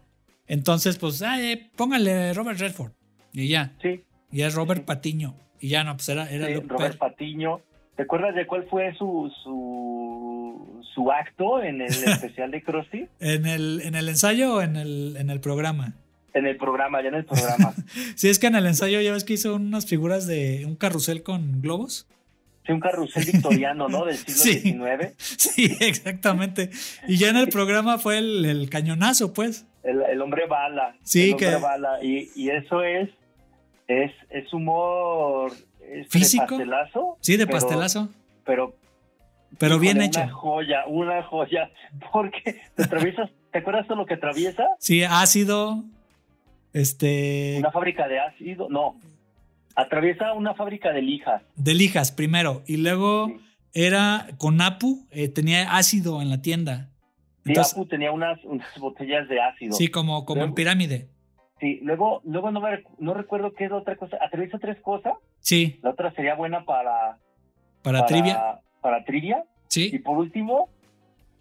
S2: Entonces, pues, ah, eh, póngale Robert Redford y ya.
S3: Sí,
S2: Y es Robert Patiño. Y ya no, pues era, era
S3: Sí,
S2: Luke Perry.
S3: Robert Patiño. ¿Te acuerdas de cuál fue su, su, su acto
S2: (laughs)
S3: en el especial de Krusty?
S2: ¿En el, en el ensayo o en el, en el programa.
S3: En el programa, ya en
S2: (laughs)
S3: el programa.
S2: Sí, es que en el ensayo ya ves que hizo unas figuras de un carrusel con globos. (laughs)
S3: Sí, un carrusel victoriano, ¿no? Del siglo
S2: Sí.
S3: XIX.
S2: Sí, exactamente. Y ya en el programa fue el, el cañonazo, pues.
S3: El, el hombre bala.
S2: Sí,
S3: el hombre
S2: que-
S3: bala. Y, y eso es, es, es humor este,
S2: ¿Físico?
S3: pastelazo.
S2: Sí, de
S3: pero-
S2: pastelazo,
S3: Pero,
S2: pero bien
S3: híjole,
S2: hecho.
S3: Una joya, una joya. (laughs) Porque te atraviesas, ¿te acuerdas de lo que atraviesa?
S2: Sí, ácido. Este.
S3: Una fábrica de ácido, no. Atraviesa una fábrica de lijas.
S2: De lijas primero. Y luego
S3: Sí.
S2: era con Apu, eh, tenía ácido en la tienda.
S3: Sí,
S2: Entonces,
S3: Apu tenía unas, unas botellas de ácido.
S2: sí, como, como en
S3: Luego-
S2: pirámide.
S3: Sí, luego, luego no, me recu- no recuerdo qué es la otra cosa. Atraviesa tres cosas.
S2: Sí,
S3: La otra sería buena para.
S2: para, trivia.
S3: Para trivia. Y
S2: Sí.
S3: por último,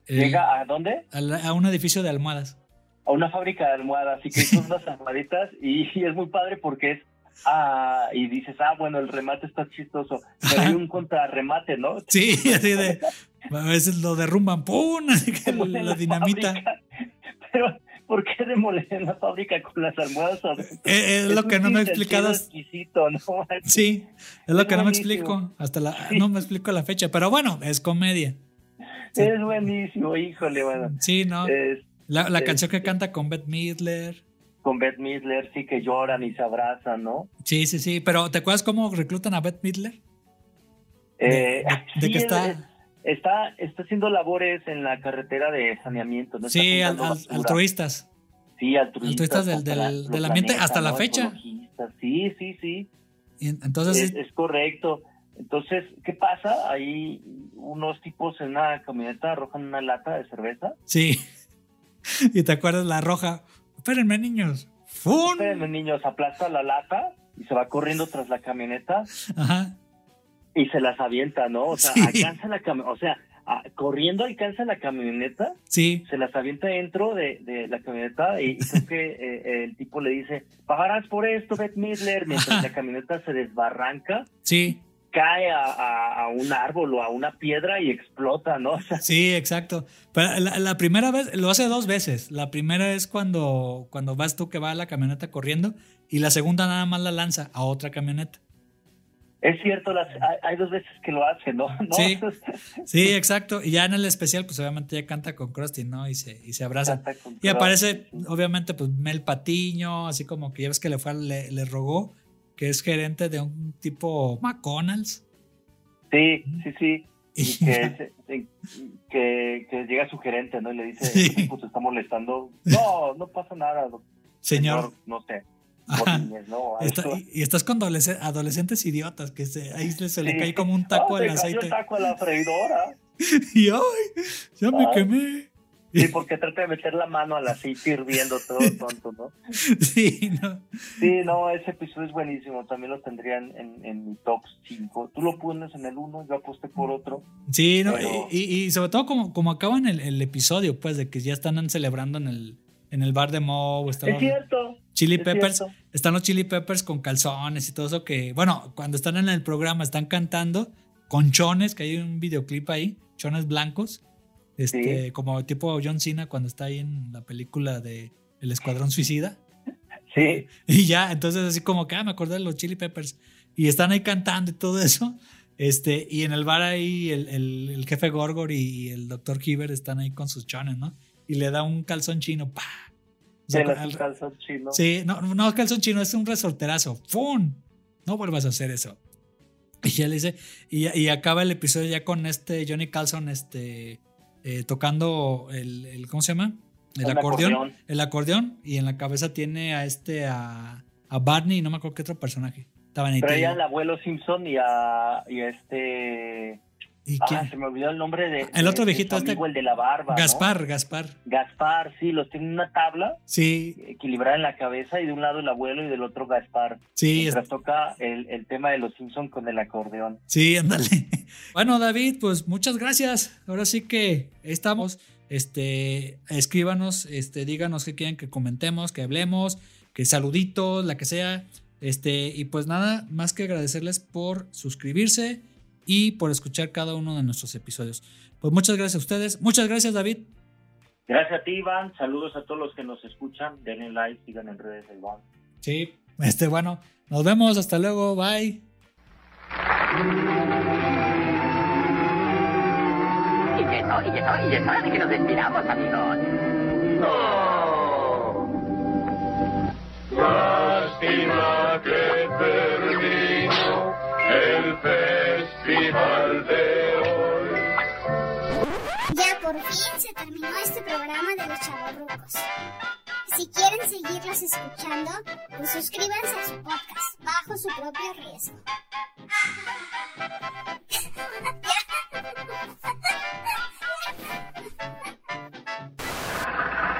S2: eh,
S3: llega a dónde?
S2: a, la- a un edificio de almohadas.
S3: A una fábrica de almohadas. Y que son unas almohaditas. Y, y es muy padre porque es. Ah, y dices, ah, bueno, el remate está chistoso. Pero
S2: (laughs)
S3: hay un contrarremate, ¿no?
S2: Sí, (laughs) así de. A veces lo derrumban, ¡pum! Así que lo-
S3: Demoler
S2: lo dinamita.
S3: fábrica. (laughs) Pero, ¿por qué demoler la fábrica con las almohadas?
S2: Eh, es lo
S3: un
S2: que no me he
S3: sinsentido
S2: explicado.
S3: exquisito, ¿no?
S2: Sí, es lo
S3: Es
S2: que no me
S3: buenísimo.
S2: explico. Hasta la, no me explico la fecha, pero bueno, es comedia. Sí.
S3: Es buenísimo, híjole, bueno.
S2: Sí, no.
S3: Es
S2: La, la
S3: eh,
S2: canción que canta con Beth Midler.
S3: con Beth Midler sí que lloran y se abrazan, ¿no?
S2: Sí, sí, sí. Pero ¿te acuerdas cómo reclutan a Beth Midler?
S3: Eh,
S2: De
S3: sí,
S2: que
S3: es- es-
S2: está.
S3: está está haciendo labores en la carretera de saneamiento, ¿no? Está
S2: sí, al-
S3: juntando
S2: al-
S3: basura.
S2: altruistas.
S3: Sí, altruistas.
S2: altruistas del-
S3: hasta
S2: del-
S3: los
S2: del ambiente, hasta la fecha.
S3: Ecologistas, Sí, sí, sí.
S2: Y en- entonces,
S3: Es, es correcto. Entonces, ¿qué pasa? Ahí unos tipos en una camioneta arrojan una lata de cerveza.
S2: sí. (laughs) y te acuerdas la roja. Espérenme, niños. ¡Fun!
S3: Espérenme, niños, aplasta la lata y se va corriendo tras la camioneta
S2: Ajá.
S3: y se las avienta, ¿no? O sea,
S2: Sí.
S3: alcanza la camioneta, o sea, a- corriendo alcanza la camioneta,
S2: Sí,
S3: se las avienta dentro de, de la camioneta y, y creo que eh, el tipo le dice, pagarás por esto, Beth Midler, mientras
S2: Ajá.
S3: la camioneta se desbarranca,
S2: sí,
S3: cae a, a- a un árbol o a una piedra y explota, ¿no? O sea,
S2: sí, exacto. Pero la, la primera vez, lo hace dos veces. La primera es cuando, cuando vas tú que va a la camioneta corriendo. Y la segunda nada más la lanza a otra camioneta.
S3: Es cierto, las, hay, hay dos veces que lo hace, ¿no? (laughs) ¿No?
S2: Sí. Sí, exacto. Y ya en el especial, pues obviamente ya canta con Krusty, ¿no? Y se, y se abrazan.
S3: Canta con
S2: Y
S3: todo.
S2: aparece, obviamente, pues Mel Patiño, así como que ya ves que le fue, al- le, le rogó que es gerente de un tipo McDonald's.
S3: Sí, sí, sí.
S2: Y
S3: Y que, es- eh, que, que llega su gerente, ¿no? Y le dice,
S2: Sí.
S3: "Este tipo te está molestando. No, no pasa nada, doc-
S2: (laughs) señor.
S3: No sé.
S2: Ajá.
S3: Godínez, ¿no, A
S2: Está-
S3: eso-
S2: y, y estás con adolesc- adolescentes idiotas que se, ahí se, se le
S3: Sí.
S2: cae como un
S3: Ah,
S2: taco
S3: te
S2: al
S3: cayó
S2: aceite.
S3: el taco a la freidora.
S2: (laughs) Y ¡ay! Ya me
S3: Ay.
S2: quemé. (laughs)
S3: Sí, porque trata de meter la mano al aceite hirviendo
S2: (laughs)
S3: todo tonto, ¿no?
S2: Sí, no.
S3: Sí, no, ese episodio es buenísimo. También lo tendrían en, en mi top 5. Tú lo pones en el 1, yo aposté por otro.
S2: Sí, no,
S3: Pero-
S2: y, y- y sobre todo como, como acaban el, el episodio, pues, de que ya están celebrando en el, en el bar de Mo,
S3: Es cierto.
S2: Chili
S3: es
S2: Peppers.
S3: cierto.
S2: Están los Chili Peppers con calzones y todo eso que, bueno, cuando están en el programa están cantando con chones, que hay un videoclip ahí, chones blancos, este, como tipo John Cena cuando está ahí en la película de El Escuadrón Suicida. (laughs)
S3: Sí.
S2: Y ya, entonces así como que, ah, me acordé de los Chili Peppers. Y están ahí cantando y todo eso. Este, y en el bar ahí el, el- el jefe Gorgor y el doctor Hibbert están ahí con sus chones, ¿no? Y le da un calzón chino, pa. O sea,
S3: De las
S2: al-
S3: calzas chino.
S2: Sí, no, no, calzón chino, es un resorterazo. ¡Fum! No vuelvas a hacer eso. (laughs) Y ya le dice, y, y acaba el episodio ya con este Johnny Carlson este, eh, tocando el, el- ¿cómo se llama? El,
S3: Un
S2: acordeón,
S3: acordeón.
S2: El acordeón, y en la cabeza tiene a este, a, a Barney, y no me acuerdo qué otro personaje. Estaban ahí.
S3: Traía al abuelo Simpson y a, y a este.
S2: ¿Y
S3: Ah,
S2: quién?
S3: se me olvidó el nombre de.
S2: El otro
S3: de- de
S2: viejito
S3: su amigo,
S2: este-
S3: El de la barba. ¿no?
S2: Gaspar, Gaspar.
S3: Gaspar, sí, los tiene en una tabla
S2: Sí,
S3: equilibrada en la cabeza y de un lado el abuelo y del otro Gaspar.
S2: sí, es-
S3: Mientras toca el, el tema de los Simpson con el acordeón.
S2: Sí, ándale. (laughs) Bueno, David, pues muchas gracias. Ahora sí que estamos. Este, escríbanos, este, díganos qué quieren que comentemos, que hablemos, que saluditos, la que sea. Este, y pues nada, más que agradecerles por suscribirse y por escuchar cada uno de nuestros episodios. Pues muchas gracias a ustedes. Muchas gracias, David.
S3: Gracias a ti, Iván. Saludos a todos los que nos escuchan. Denle like, sigan en redes de Iván.
S2: Sí. Este, bueno, nos vemos. Hasta luego. Bye.
S5: Y que no, y que no, y es hora de que nos despidamos, amigos. ¡No! Lástima que terminó.
S1: Ya por fin se terminó este programa de los chavorrucos. Si quieren seguirlos escuchando, pues suscríbanse a su podcast bajo su propio riesgo. (laughs)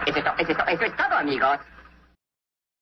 S5: Eso es to- eso es to- eso es todo, amigos.